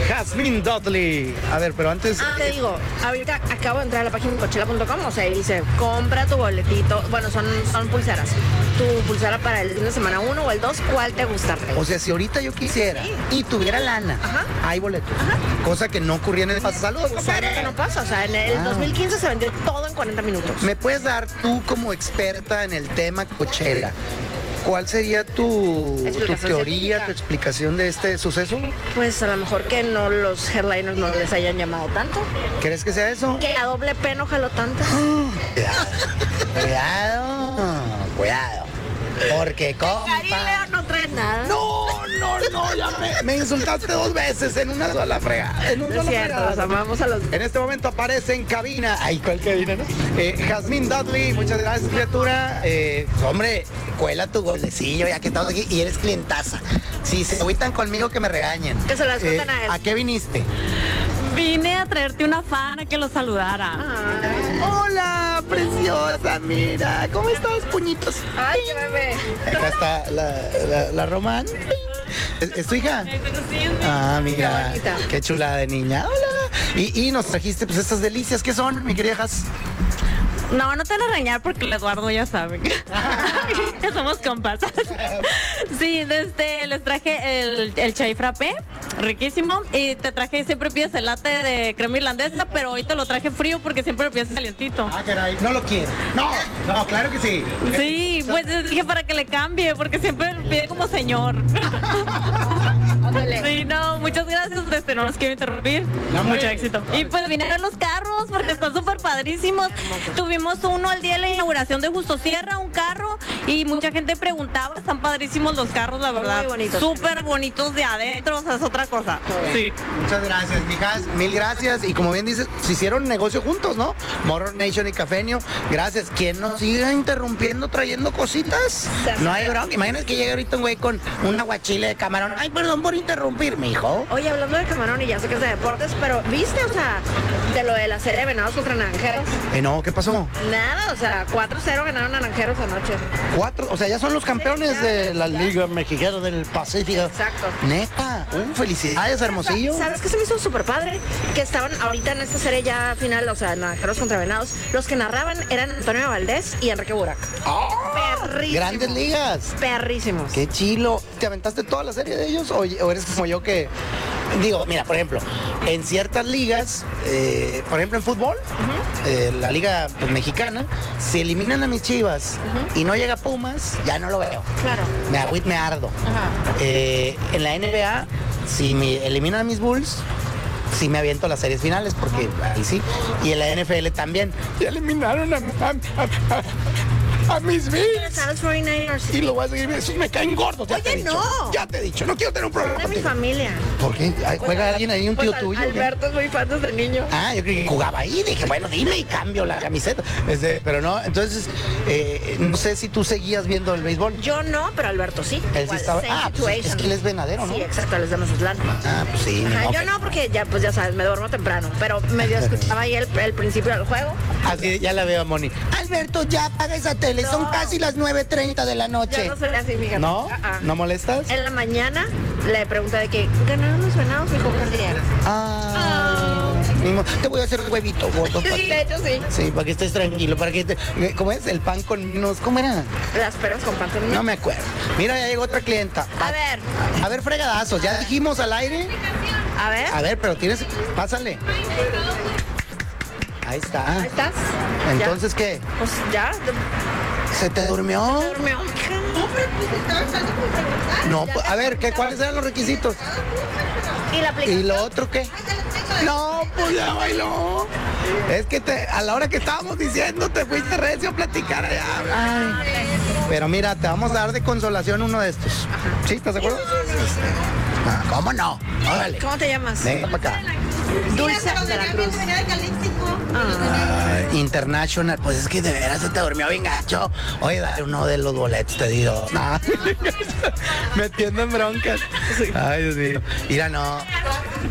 Speaker 6: Jasmine Dudley.
Speaker 4: A ver, pero antes.
Speaker 1: Ah, te digo, ahorita acabo de entrar a la página de cochela.com, o sea, ahí dice, compra tu boletito, bueno, son, son pulseras, tu pulsera para el fin de semana 1 o el 2, ¿cuál te gusta? rey?
Speaker 4: O sea, si ahorita yo quisiera
Speaker 1: Sí.
Speaker 4: y tuviera lana,
Speaker 1: Ajá.
Speaker 4: hay boletos. Cosa que no ocurría en el pasado. Saludos,
Speaker 1: O sea, ahorita
Speaker 4: compadre.
Speaker 1: no pasa, o sea, en el
Speaker 4: Wow.
Speaker 1: 2015 se vendió todo en 40 minutos.
Speaker 4: ¿Me puedes dar tú como experta en el tema Coachella? ¿Cuál sería tu, tu
Speaker 1: Explicación
Speaker 4: teoría,
Speaker 1: científica.
Speaker 4: tu explicación de este suceso?
Speaker 1: Pues a lo mejor que no los headliners no les hayan llamado tanto,
Speaker 4: ¿Crees que sea eso?
Speaker 1: que la doble P no jaló tanto.
Speaker 4: Cuidado, cuidado, cuidado. Porque
Speaker 1: Cari
Speaker 4: compa.
Speaker 1: Leo no trae nada.
Speaker 4: Ah. No, no, no, ya me, me insultaste dos veces en una sola fregada. En un
Speaker 1: No es
Speaker 4: solo
Speaker 1: cierto, los
Speaker 4: fregada.
Speaker 1: amamos a los...
Speaker 4: En este momento aparece en cabina. Ay, ¿cuál cabina, no? Eh, Jazmín Dudley, muchas gracias, criatura. Eh, hombre, cuela tu golecillo, ya que estamos aquí y eres clientaza. Si se agüitan conmigo, que me regañen. Eh,
Speaker 1: Que se las cuenten a él.
Speaker 4: ¿A qué viniste?
Speaker 8: Vine a traerte una fan a que lo saludara.
Speaker 4: Hola, preciosa, mira. ¿Cómo estás, puñitos?
Speaker 1: Ay, qué bebé.
Speaker 4: Acá está la, la, la Román. ¿Es, es tu hija? Ah, mira.
Speaker 1: Qué bonita.
Speaker 4: Qué chulada de niña. Hola. Y, y nos trajiste pues estas delicias. ¿Qué son, mi querida Jas?
Speaker 8: No, no te van a reñar porque el Eduardo ya sabe. Ya somos compas. sí, desde, les traje el, el chai frappé, riquísimo. Y te traje, siempre pides el latte de crema irlandesa, pero hoy te lo traje frío porque siempre lo pides calientito.
Speaker 4: Ah, caray. No lo quiero. No, no, claro que sí.
Speaker 8: Sí, pues les dije para que le cambie, porque siempre pide como señor. Sí, no, muchas gracias, este, no los quiero interrumpir. Mucho éxito. Y pues vinieron los carros, porque están súper padrísimos. Tuvimos uno al día de la inauguración de Justo Sierra, un carro, y mucha gente preguntaba, están padrísimos los carros, la verdad.
Speaker 1: bonitos.
Speaker 8: Súper bonitos de adentro, o sea, es otra cosa. Sí.
Speaker 4: Muchas gracias, mijas. Mil gracias. Y como bien dices, se hicieron negocio juntos, ¿no? Morro Nation y Cafenio. Gracias. Quien nos siga interrumpiendo trayendo cositas? No hay bronca. Imagínate que llegue ahorita un güey con un aguachile de camarón. Ay, perdón por interrumpir, mijo.
Speaker 1: Oye, hablando de camarón y ya sé que es de deportes, pero ¿viste, o sea, de lo de la serie de Venados contra Naranjeros?
Speaker 4: Eh, no, ¿qué pasó?
Speaker 1: Nada, o sea, 4-0 ganaron Naranjeros anoche.
Speaker 4: Cuatro, o sea, ya son los campeones
Speaker 1: ya,
Speaker 4: de la
Speaker 1: ya.
Speaker 4: Liga Mexicana del Pacífico.
Speaker 1: Exacto.
Speaker 4: Neta, un felicidades, Hermosillo.
Speaker 1: ¿Sabes qué se me hizo súper padre? Que estaban ahorita en esta serie ya final, o sea, Naranjeros contra Venados. Los que narraban eran Antonio Valdés y Enrique Burak.
Speaker 4: ¡Ah!
Speaker 1: Perrísimo.
Speaker 4: Grandes ligas.
Speaker 1: Perrísimos.
Speaker 4: Qué chilo. ¿Te aventaste toda la serie de ellos o, o eres como yo que... Digo, mira, por ejemplo, en ciertas ligas, eh, por ejemplo en fútbol, eh, la liga pues, mexicana, si eliminan a mis chivas y no llega Pumas, ya no lo veo.
Speaker 1: Claro.
Speaker 4: Me agüit, me ardo.
Speaker 1: Ajá.
Speaker 4: Eh, en la NBA, si me eliminan a mis Bulls, sí me aviento las series finales, porque ahí sí. Y en la NFL también. Ya eliminaron a, a- a-
Speaker 3: a mis Bills.
Speaker 1: A los 49ers.
Speaker 3: Y lo voy a seguir viendo. Esos me caen gordos. Ya
Speaker 1: Oye,
Speaker 3: te he dicho.
Speaker 1: no.
Speaker 3: Ya te he dicho. No quiero tener un problema.
Speaker 1: De mi
Speaker 3: contigo.
Speaker 1: familia.
Speaker 4: ¿Por qué? Ay, ¿Juega alguien ahí, un tío
Speaker 1: Pues, Al-
Speaker 4: tuyo? o qué?
Speaker 1: Alberto es muy fan desde niño.
Speaker 4: Ah, yo creí que jugaba ahí, dije, bueno, dime y cambio la camiseta. Este, pero no, entonces, eh, no sé si tú seguías viendo el béisbol.
Speaker 1: Yo no, pero Alberto sí.
Speaker 4: sí
Speaker 1: Igual,
Speaker 4: estaba-
Speaker 1: same
Speaker 4: ah, pues,
Speaker 1: situation.
Speaker 4: es que él es venadero, ¿no?
Speaker 1: Sí, exacto, él es de Mazatlán.
Speaker 4: Ah, pues sí.
Speaker 1: Ajá,
Speaker 4: no,
Speaker 1: yo
Speaker 4: pero-
Speaker 1: no, porque ya, pues ya sabes, me duermo temprano, pero medio escuchaba ahí el, el principio del juego.
Speaker 4: Así, ya la veo a Moni. Alberto, ya apaga esa tele, son
Speaker 1: No.
Speaker 4: casi las 9.30 de la
Speaker 1: Yo
Speaker 4: noche.
Speaker 1: no soy así, fíjate.
Speaker 4: ¿No?
Speaker 1: Ah, ah.
Speaker 4: ¿No molestas?
Speaker 1: En la mañana le pregunté de que ganaron los venados, me dijo perdieron.
Speaker 4: Ah, ni modo, te voy a hacer huevito, gordo. para
Speaker 1: Sí, de
Speaker 4: que-
Speaker 1: hecho sí.
Speaker 4: Sí, para que estés tranquilo, para que te... ¿Cómo es? El pan con menos... ¿Cómo era?
Speaker 1: Las peras con pan con
Speaker 4: No me acuerdo. Mira, ya llegó otra clienta.
Speaker 1: A ver,
Speaker 4: A ver, fregadazos, ya dijimos al aire.
Speaker 1: a ver,
Speaker 4: A ver, pero tienes. Pásale. Ahí está.
Speaker 1: ahí estás.
Speaker 4: Entonces, ¿qué?
Speaker 1: Ya. Pues ya,
Speaker 4: ¿Se te durmió?
Speaker 1: te durmió.
Speaker 4: No, pues, a ver, ¿qué, ¿cuáles eran los requisitos?
Speaker 1: Y la
Speaker 4: ¿Y
Speaker 1: aplicación.
Speaker 4: lo otro qué? No, pues ya bailó. Es que te, a la hora que estábamos diciendo, te fuiste recio a platicar allá. Ay. Pero mira, te vamos a dar de consolación uno de estos. ¿Sí? ¿Estás de acuerdo? Ah, ¿Cómo no? Órale.
Speaker 1: ¿Cómo te llamas?
Speaker 4: Venga para acá.
Speaker 1: Dulce de la Cruz.
Speaker 4: Ah, International, pues es que de veras se te durmió bien gacho. Oye, dale uno de los boletos, te digo. No. Metiendo en broncas. Ay, Dios mío. Mira, no.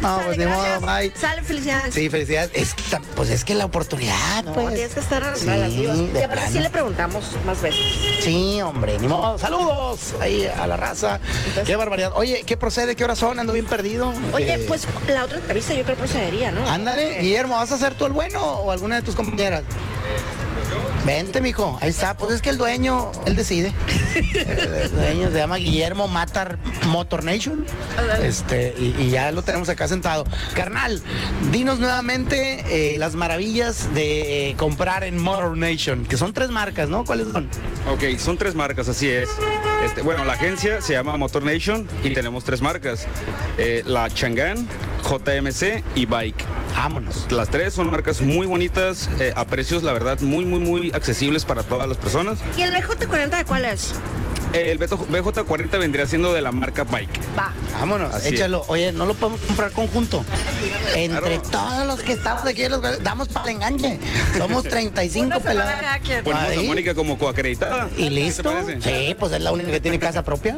Speaker 4: No, pues ni modo, bye.
Speaker 1: Sale, felicidades.
Speaker 4: Sí, felicidades. Es que tam- pues es que la oportunidad,
Speaker 1: No,
Speaker 4: pues.
Speaker 1: tienes que estar
Speaker 4: Sí,
Speaker 1: relativa.
Speaker 4: de
Speaker 1: Y aparte
Speaker 4: plano.
Speaker 1: sí le preguntamos más veces.
Speaker 4: Sí, hombre, ni modo. Saludos ahí a la raza. Qué barbaridad. Oye, ¿qué procede? ¿Qué horas son? Ando bien perdido.
Speaker 1: Oye,
Speaker 4: Eh,
Speaker 1: pues la otra entrevista yo creo procedería, ¿no?
Speaker 4: Ándale, Guillermo, ¿vas a ser tú el bueno o alguna de tus compañeras? Vente, mijo. Ahí está. Pues es que el dueño, él decide. El dueño se llama Guillermo Matar Motor Nation. Este, y, y ya lo tenemos acá sentado. Carnal, dinos nuevamente eh, las maravillas de eh, comprar en Motor Nation, que son tres marcas, ¿no? ¿Cuáles son?
Speaker 5: Ok, son tres marcas, así es. Este, bueno, la agencia se llama Motor Nation y tenemos tres marcas. Eh, la Chang'an, JMC y Bike.
Speaker 4: Vámonos.
Speaker 5: Las tres son marcas muy bonitas, eh, a precios, la verdad, muy, muy, muy accesibles para todas las personas.
Speaker 1: ¿Y el BJ40 de cuál es?
Speaker 5: Eh, el Beto- BJ40 vendría siendo de la marca Bike.
Speaker 1: Va.
Speaker 4: Vámonos,
Speaker 5: Así es.
Speaker 4: échalo. Oye, no lo podemos comprar conjunto. Entre
Speaker 5: Claro.
Speaker 4: todos los que estamos aquí, los damos para el enganche. Somos 35 pelados.
Speaker 8: cada quien.
Speaker 5: Ponemos a
Speaker 4: Ahí.
Speaker 5: Mónica como coacreditada.
Speaker 4: Y
Speaker 5: ¿Qué
Speaker 4: listo.
Speaker 5: te parece?
Speaker 4: Sí, pues es la única que tiene casa propia.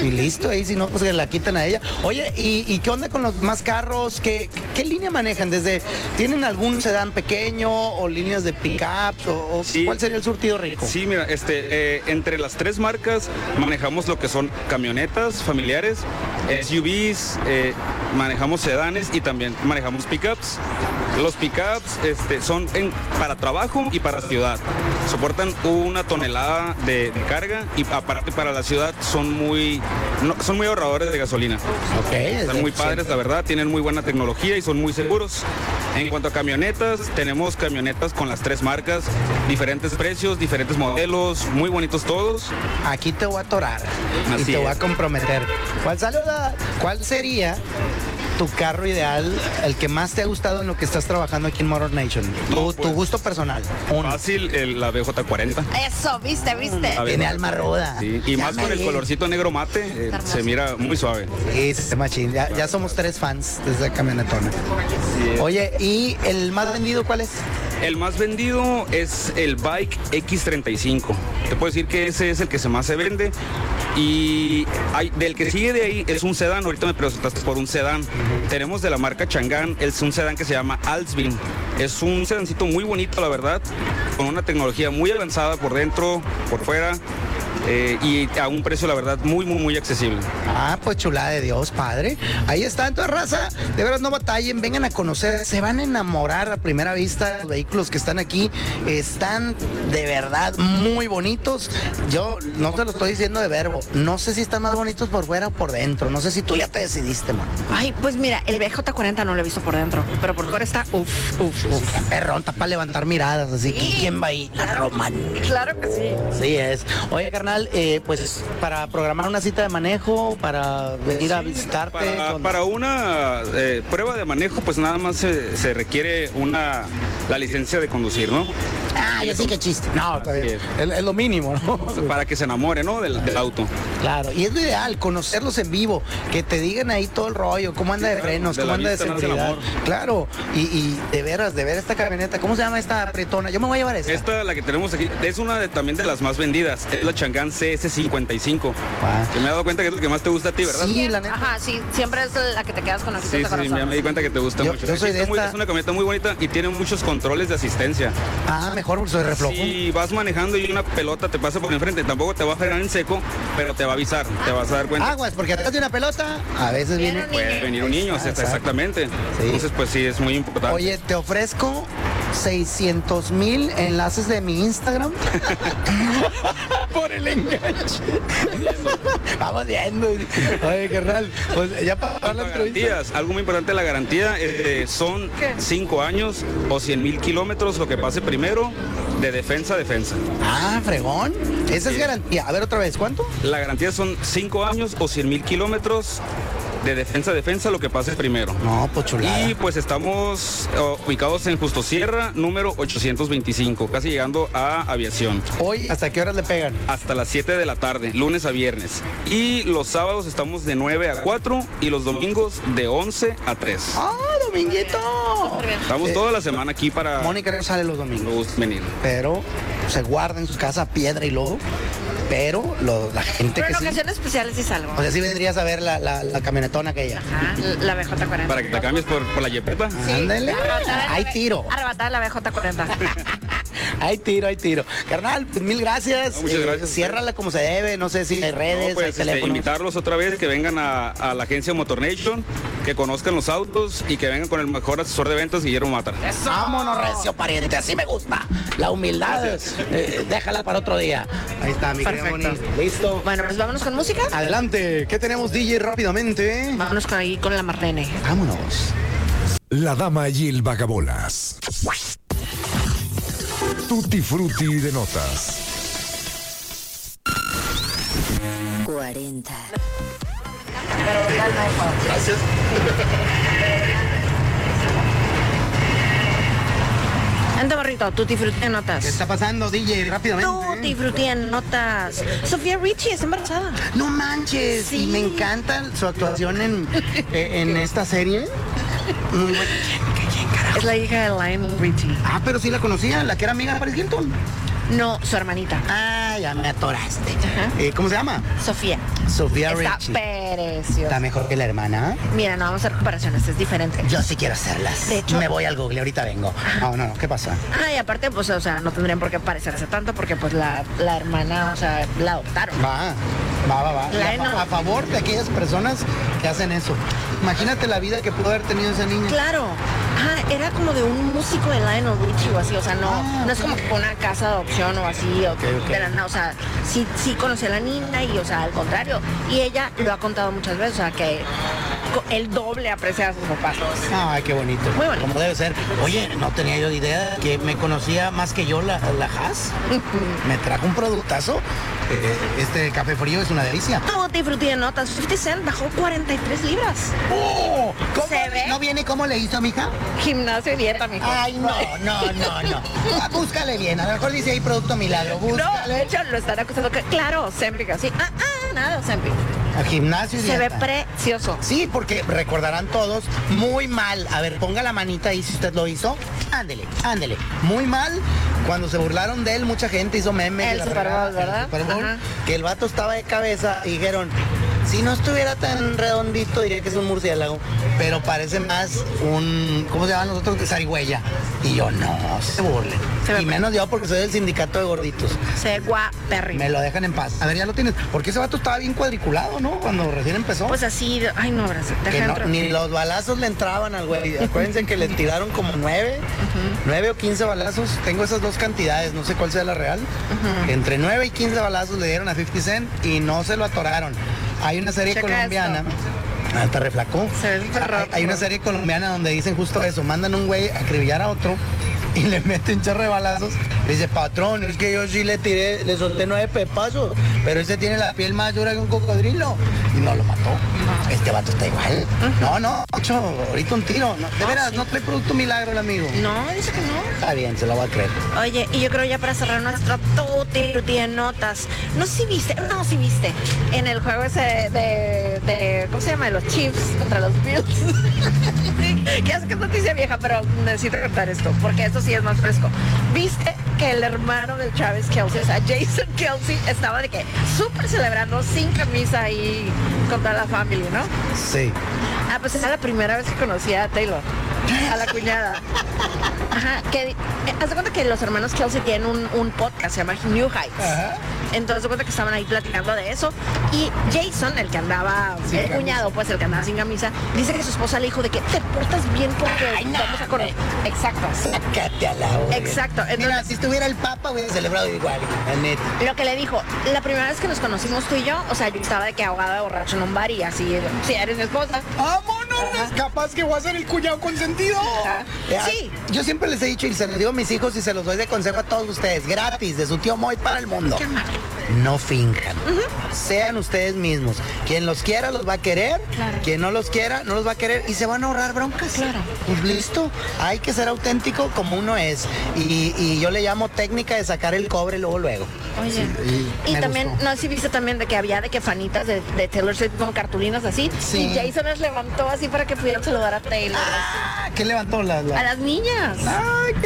Speaker 4: Y listo, ahí si no, pues que la quitan a ella. Oye, ¿y, y qué onda con los más carros? ¿Qué, ¿Qué línea manejan? ¿Desde tienen algún sedán pequeño o líneas de pickups? O, o
Speaker 5: Sí.
Speaker 4: ¿Cuál sería el surtido rico?
Speaker 5: Sí, mira, este, eh, entre las tres marcas manejamos lo que son camionetas familiares, SUVs, eh, manejamos sedanes y también manejamos pickups. Los pickups este, son en- para trabajo y para ciudad. Soportan una tonelada de, de carga y aparte para la ciudad son muy, no- son muy ahorradores de gasolina.
Speaker 4: Ok,
Speaker 5: Están muy padres, la verdad, tienen muy buena tecnología y son muy seguros. En cuanto a camionetas, tenemos camionetas con las tres marcas, diferentes precios, diferentes modelos, muy bonitos todos.
Speaker 4: Aquí te voy a atorar y
Speaker 5: Así
Speaker 4: te voy a
Speaker 5: es.
Speaker 4: comprometer. ¿Cuál, saluda? ¿Cuál sería tu carro ideal, el que más te ha gustado en lo que estás trabajando aquí en Motor Nation? Tu,
Speaker 5: No,
Speaker 4: tu
Speaker 5: pues,
Speaker 4: gusto personal. Uno.
Speaker 5: Fácil, el- la BJ40.
Speaker 1: Eso, viste, viste.
Speaker 5: La
Speaker 4: Tiene
Speaker 5: BJ40.
Speaker 4: alma ruda.
Speaker 5: Sí, Y
Speaker 4: Ya
Speaker 5: más
Speaker 4: me
Speaker 5: con el
Speaker 4: vi.
Speaker 5: colorcito negro mate, eh, se mira muy suave.
Speaker 4: Sí, sí, sí, machín. Ya, ya somos tres fans de esa camionetona. Oye, ¿y el más vendido cuál es?
Speaker 5: El más vendido es el Bike X35. Te puedo decir que ese es el que se más se vende. Y hay- del que sigue de ahí es un sedán. Ahorita me presentaste por un sedán. Tenemos de la marca Chang'an, es un sedán que se llama Alsvin. Es un sedancito muy bonito, la verdad, con una tecnología muy avanzada por dentro, por fuera. eh, y a un precio, la verdad, muy, muy, muy accesible.
Speaker 4: Ah, pues chulada de Dios, padre. Ahí está, entonces raza, de veras no batallen, vengan a conocer, se van a enamorar a primera vista. Los vehículos que están aquí están de verdad muy bonitos. Yo no te lo estoy diciendo de verbo, no sé si están más bonitos por fuera o por dentro, no sé si tú ya te decidiste, man.
Speaker 5: Mm.
Speaker 1: Ay, pues mira, el BJ40 no lo he visto por dentro, pero por fuera está uf, uf, uf.
Speaker 4: Uf, perrón, está para levantar miradas, así que ¿quién va ahí? La Román.
Speaker 1: Claro que sí.
Speaker 4: Sí es. Oye, carnal, personal, eh, pues para programar una cita de manejo, para venir a visitarte.
Speaker 5: Para,
Speaker 4: con-
Speaker 5: para una eh, prueba de manejo, pues nada más se, se requiere una la licencia de conducir, ¿no?
Speaker 3: Ah, yo sí que chiste.
Speaker 4: No, está bien. Es, es lo mínimo, ¿no?
Speaker 5: Pues, Para que se enamore, ¿no? Del, del auto.
Speaker 4: Claro, y es lo ideal, conocerlos en vivo, que te digan ahí todo el rollo, cómo anda de
Speaker 5: claro,
Speaker 4: frenos,
Speaker 5: de la
Speaker 4: cómo anda de
Speaker 5: vista nace el
Speaker 4: seguridad.
Speaker 5: amor.
Speaker 4: Claro, y, y de veras, de ver esta camioneta, ¿cómo se llama esta pretona? Yo me voy a llevar esta.
Speaker 5: Esta, la que tenemos aquí, es una de, también de las más vendidas. Es la Chang'an CS55.
Speaker 4: Ah.
Speaker 5: Que me he dado cuenta que es lo que más te gusta a ti, ¿verdad?
Speaker 4: Sí, la neta.
Speaker 9: Ajá, sí, siempre es la que te quedas con ojitos
Speaker 5: Sí,
Speaker 9: de
Speaker 5: sí,
Speaker 9: corazón.
Speaker 5: me, me di cuenta que te gusta
Speaker 4: Yo-
Speaker 5: mucho.
Speaker 4: yo soy
Speaker 5: Está
Speaker 4: de
Speaker 5: muy-
Speaker 4: esta.
Speaker 5: Es una camioneta muy bonita y tiene muchos controles de asistencia.
Speaker 4: Ah, mejor soy reflojo.
Speaker 5: Si vas manejando y una pelota te pasa por enfrente, tampoco te va a frenar en seco, pero te va a avisar, te vas a dar cuenta.
Speaker 4: Aguas, porque atrás de una pelota a veces viene.
Speaker 5: Puede venir un niño,
Speaker 4: Ah,
Speaker 5: exact-
Speaker 4: exacto.
Speaker 5: exactamente.
Speaker 4: Sí.
Speaker 5: Entonces, pues sí, es muy importante.
Speaker 4: Oye, te ofrezco 600 mil enlaces de mi Instagram. Por el enganche. Vamos viendo. Oye, carnal, pues ya para
Speaker 5: Las
Speaker 4: la entrevista.
Speaker 5: garantías, algo muy importante de la garantía eh, son 5 años o 100 mil kilómetros, lo que pase primero de defensa a defensa.
Speaker 4: Ah, fregón. Esa es garantía. A ver otra vez, ¿cuánto?
Speaker 5: La garantía son 5 años o 100 mil kilómetros de defensa a defensa, lo que pase primero.
Speaker 4: No, pues chulada.
Speaker 5: Y pues estamos oh, ubicados en Justo Sierra, número 825, casi llegando a aviación.
Speaker 4: Hoy, ¿hasta qué horas le pegan?
Speaker 5: Hasta las 7 de la tarde, lunes a viernes. Y los sábados estamos de 9 a 4 y los domingos de 11 a 3.
Speaker 4: ¡Ah, dominguito!
Speaker 5: Estamos toda la semana aquí para
Speaker 4: Mónica no sale los
Speaker 5: Me
Speaker 4: domingos.
Speaker 5: gusta venir.
Speaker 4: Pero se guarda en su casa piedra y lodo. Pero lo- la gente
Speaker 9: Pero en
Speaker 4: que sí.
Speaker 9: ocasiones especiales sí salgo.
Speaker 4: O sea, sí vendrías a ver la, la, la camionetona aquella.
Speaker 9: Ajá, la BJ40.
Speaker 5: Para que te cambies por, por la yepeta.
Speaker 4: Ándale.
Speaker 9: Arrebatada la
Speaker 4: Hay
Speaker 9: B-
Speaker 4: tiro.
Speaker 9: Arrebatada la BJ40.
Speaker 4: Hay tiro, hay tiro. Carnal, pues mil gracias.
Speaker 5: No, muchas gracias.
Speaker 4: Ciérrala como se debe, no sé si hay redes,
Speaker 5: No, pues,
Speaker 4: hay
Speaker 5: este,
Speaker 4: teléfonos.
Speaker 5: invitarlos otra vez que vengan a, a la agencia Motor Nation, que conozcan los autos y que vengan con el mejor asesor de ventas, Guillermo Matar.
Speaker 4: Vámonos, recio pariente, así me gusta. La humildad, eh, déjala para otro día. Ahí está, mi querida
Speaker 9: Perfecto.
Speaker 4: Moni. Listo.
Speaker 9: bueno, pues vámonos con música.
Speaker 1: Ah,
Speaker 4: Adelante, ¿qué tenemos, DJ, rápidamente?
Speaker 9: Vámonos con ahí con la Marlene.
Speaker 4: Vámonos.
Speaker 7: La dama y el vagabolas. Tutti frutti de notas.
Speaker 10: 40.
Speaker 1: Anda, barrito, tú disfruté
Speaker 4: ¿Qué
Speaker 1: notas.
Speaker 4: está pasando, DJ,
Speaker 1: Tú
Speaker 4: rápidamente?
Speaker 1: disfruté notas. Sofía Richie está embarazada.
Speaker 4: No manches, y me encanta su actuación en, eh, en esta serie. Muy buena.
Speaker 1: Es la hija de Lionel Richie.
Speaker 4: Ah, pero sí la conocía, la que era amiga de Paris Hilton.
Speaker 1: No, su hermanita.
Speaker 4: Ah, ya me atoraste. Eh, ¿Cómo se llama?
Speaker 1: Sofía.
Speaker 4: Sofía
Speaker 1: Está
Speaker 4: Richie.
Speaker 1: preciosa.
Speaker 4: Está mejor que la hermana.
Speaker 1: Mira, no vamos a hacer comparaciones, es diferente.
Speaker 4: Yo sí quiero hacerlas.
Speaker 1: De hecho-
Speaker 4: me voy al Google, ahorita vengo. No, no, no, ¿qué pasa?
Speaker 1: Ah, y aparte, pues, o sea, no tendrían por qué parecerse tanto porque, pues, la, la hermana, o sea, la adoptaron.
Speaker 4: Va, va, va, va. Y
Speaker 1: La
Speaker 4: a, fa-
Speaker 1: eno-
Speaker 4: a favor de aquellas personas que hacen eso. Imagínate la vida que pudo haber tenido esa niña.
Speaker 1: Claro. Ah, era como de un músico de Lionel Richie o así, o sea, no,
Speaker 4: Ah,
Speaker 1: no es como que una casa de adopción o así, o,
Speaker 4: ok.
Speaker 1: de la nada, o sea, sí, sí conocí a la niña y, o sea, al contrario. Y ella lo ha contado muchas veces, o sea, que co- el doble aprecia a sus papás.
Speaker 4: Ay, qué bonito.
Speaker 1: Muy bonito.
Speaker 4: Como debe ser. Oye, no tenía yo idea que me conocía más que yo la, la Haas. me trajo un productazo. Eh, Este café frío es una delicia.
Speaker 1: Todo disfruté de notas. 50 Cent bajó 43 libras.
Speaker 4: ¡Oh! ¿Cómo?
Speaker 1: ¿Se ve?
Speaker 4: ¿No viene cómo le hizo, mija?
Speaker 1: Gimnasio y dieta, mijo.
Speaker 4: Ay, no, no, no, no. Ah, Búscale bien. A lo mejor dice ahí producto
Speaker 1: No,
Speaker 4: milagro.
Speaker 1: de
Speaker 4: Búscale.
Speaker 1: hecho lo están acusando que, claro, Sempic, así. Ah, ah, nada, Sempic.
Speaker 4: Al gimnasio. y
Speaker 1: Se ve
Speaker 4: dieta.
Speaker 1: precioso.
Speaker 4: Sí, porque recordarán todos, muy mal. A ver, ponga la manita ahí si usted lo hizo. Ándele, ándele. Muy mal. Cuando se burlaron de él, mucha gente hizo memes.
Speaker 1: El
Speaker 4: la
Speaker 1: Super Bowl,
Speaker 4: fregada, el
Speaker 1: ¿verdad?
Speaker 4: Super Bowl,
Speaker 1: Ajá.
Speaker 4: que el vato estaba de cabeza y dijeron, si no estuviera tan redondito, diría que es un murciélago. Pero parece más un, ¿cómo se llaman nosotros? Zarigüeya. Y yo, no, se burlen.
Speaker 1: Se ve
Speaker 4: y menos yo porque soy del sindicato de gorditos.
Speaker 1: Se ve guaperri.
Speaker 4: Me lo dejan en paz. A ver, ya lo tienes. Porque ese vato estaba bien cuadriculado, ¿no? Cuando recién empezó.
Speaker 1: Pues así, de- ay no, abrazo,
Speaker 4: Que
Speaker 1: deja
Speaker 4: no-
Speaker 1: entro.
Speaker 4: ni los balazos le entraban al güey. Acuérdense que le tiraron como nueve, nueve o quince balazos. Tengo esas dos cantidades, no sé cuál sea la real. Entre nueve y quince balazos le dieron a 50 Cent y no se lo atoraron. Hay una serie
Speaker 1: Checa
Speaker 4: colombiana.
Speaker 1: esto.
Speaker 4: Ah, Está reflacó.
Speaker 1: Se ve súper
Speaker 4: Hay, hay una
Speaker 1: rojo.
Speaker 4: serie colombiana donde dicen justo eso, mandan un güey a acribillar a otro y le meten un chorro de balazos. Le dice, patrón, es que yo sí le tiré, le solté nueve pepazos, Pero ese tiene la piel más dura que un cocodrilo. Y no lo mató. Este vato está igual. No, no, Nacho, ahorita un tiro. No, de veras, no trae producto milagro el amigo.
Speaker 8: No, dice que no.
Speaker 4: Está bien, se lo va a creer.
Speaker 1: Oye, y yo creo ya para cerrar nuestra tuti tuti de notas. No sé si viste, no si viste. En el juego ese de, de- ¿cómo se llama? De los Chiefs contra los Bills. ya sé que es noticia vieja, pero necesito contar esto, porque esto sí es más fresco. ¿Viste que el hermano del Travis Kelsey, o sea, Jason Kelsey, estaba de que súper celebrando sin camisa ahí contra la familia, ¿no?
Speaker 4: Sí.
Speaker 1: Ah, pues era la primera vez que conocía a Taylor, a la cuñada. Ajá, que eh, haz de cuenta que los hermanos Kelsey tienen un, un podcast, se llama New Heights. Entonces de cuenta que estaban ahí platicando de eso. Y Jason, el que andaba, el cuñado, pues el que andaba sin camisa, dice que su esposa le dijo de que te portas bien porque vamos a conocer. Exacto.
Speaker 4: Sácate a la hora.
Speaker 1: Exacto.
Speaker 4: Mira, si estuviera el Papa hubiera celebrado igual, la neta.
Speaker 1: Lo que le dijo, la primera vez que nos conocimos tú y yo, o sea, yo estaba de que ahogada de borracho en un bar y así, si eres mi esposa.
Speaker 4: ¡Vámonos! Capaz que voy a ser el cuñado consentido.
Speaker 1: Sí.
Speaker 4: Eh, Yo siempre les he dicho y se los digo a mis hijos y se los doy de consejo a todos ustedes, gratis, de su tío Moy para el mundo. No finjan. Sean ustedes mismos. Quien los quiera los va a querer. Quien no los quiera no los va a querer y se van a ahorrar broncas. Claro. Pues listo. Hay que ser auténtico como uno es. Y, y yo le llamo técnica de sacar el cobre luego luego.
Speaker 1: Oye.
Speaker 4: Y,
Speaker 1: Y
Speaker 4: me
Speaker 1: también,
Speaker 4: gustó.
Speaker 1: no sé si viste también de que había de que fanitas de, de Taylor Swift con cartulinas así.
Speaker 4: Sí.
Speaker 1: Y Jason las levantó así para que pudieran saludar a Taylor.
Speaker 4: Ah, ¿Qué levantó la, la-
Speaker 1: A las niñas.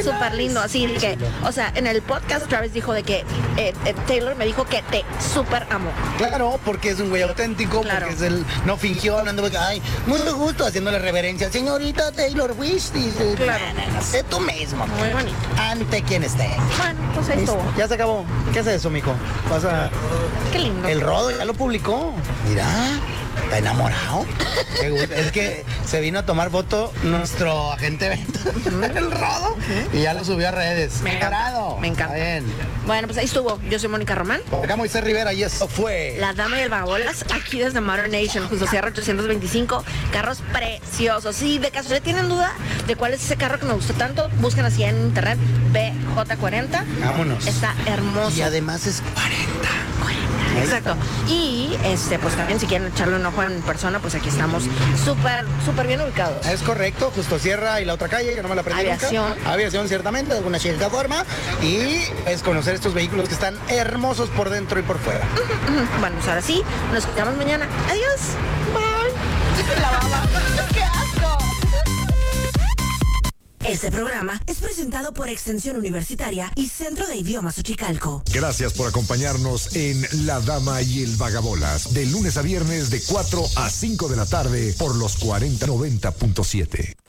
Speaker 1: Súper lindo. Así de que, o sea, en el podcast Travis dijo de que eh, eh, Taylor me dijo que te súper amo.
Speaker 4: Claro, porque es un güey auténtico,
Speaker 1: Claro.
Speaker 4: porque es el no fingió hablando, porque, ay, mucho gusto haciéndole reverencia. Señorita Taylor Wish, dice.
Speaker 1: Claro.
Speaker 4: "No, no, no, sé tú mismo.
Speaker 1: Muy bonito.
Speaker 4: Ante quien esté.
Speaker 1: Bueno, pues ahí estuvo.
Speaker 4: Ya se acabó. ¿Qué es eso, mijo? Pasa.
Speaker 1: Qué lindo.
Speaker 4: El rodo ya lo publicó. Mira, está enamorado. Qué gusto. es que se vino a tomar foto nuestro agente de ventas, el rodo, y ya lo subió a redes.
Speaker 1: Me encanta,
Speaker 4: Enamorado.
Speaker 1: me encanta.
Speaker 4: Está bien.
Speaker 1: Bueno, pues ahí estuvo. Yo soy Mónica Román.
Speaker 4: Acá Moisés Rivera y eso fue.
Speaker 1: La Dama y el Vagabolas, aquí desde Modern Nation, Justo Sierra 825, carros preciosos. Si de casualidad tienen duda de cuál es ese carro que me gustó tanto, busquen así en internet, BJ40.
Speaker 4: Vámonos.
Speaker 1: Está
Speaker 4: Y
Speaker 1: hermoso.
Speaker 4: además es 40.
Speaker 1: Exacto. Y este, pues también si quieren echarle un ojo en persona, pues aquí estamos súper, súper bien ubicados.
Speaker 4: Es correcto, justo Sierra y la otra calle, que no me la aprendí
Speaker 1: Aviación.
Speaker 4: nunca. Aviación, ciertamente, de alguna cierta forma. Y es conocer estos vehículos que están hermosos por dentro y por fuera.
Speaker 1: Ujú. Bueno, pues ahora sí, nos escuchamos mañana. Adiós. Bye. La baba. ¡Qué asco!
Speaker 10: Este programa es presentado por Extensión Universitaria y Centro de Idiomas Uchicalco.
Speaker 7: Gracias por acompañarnos en La Dama y el Vagabolas, de lunes a viernes de 4 a 5 de la tarde por los 4090.7.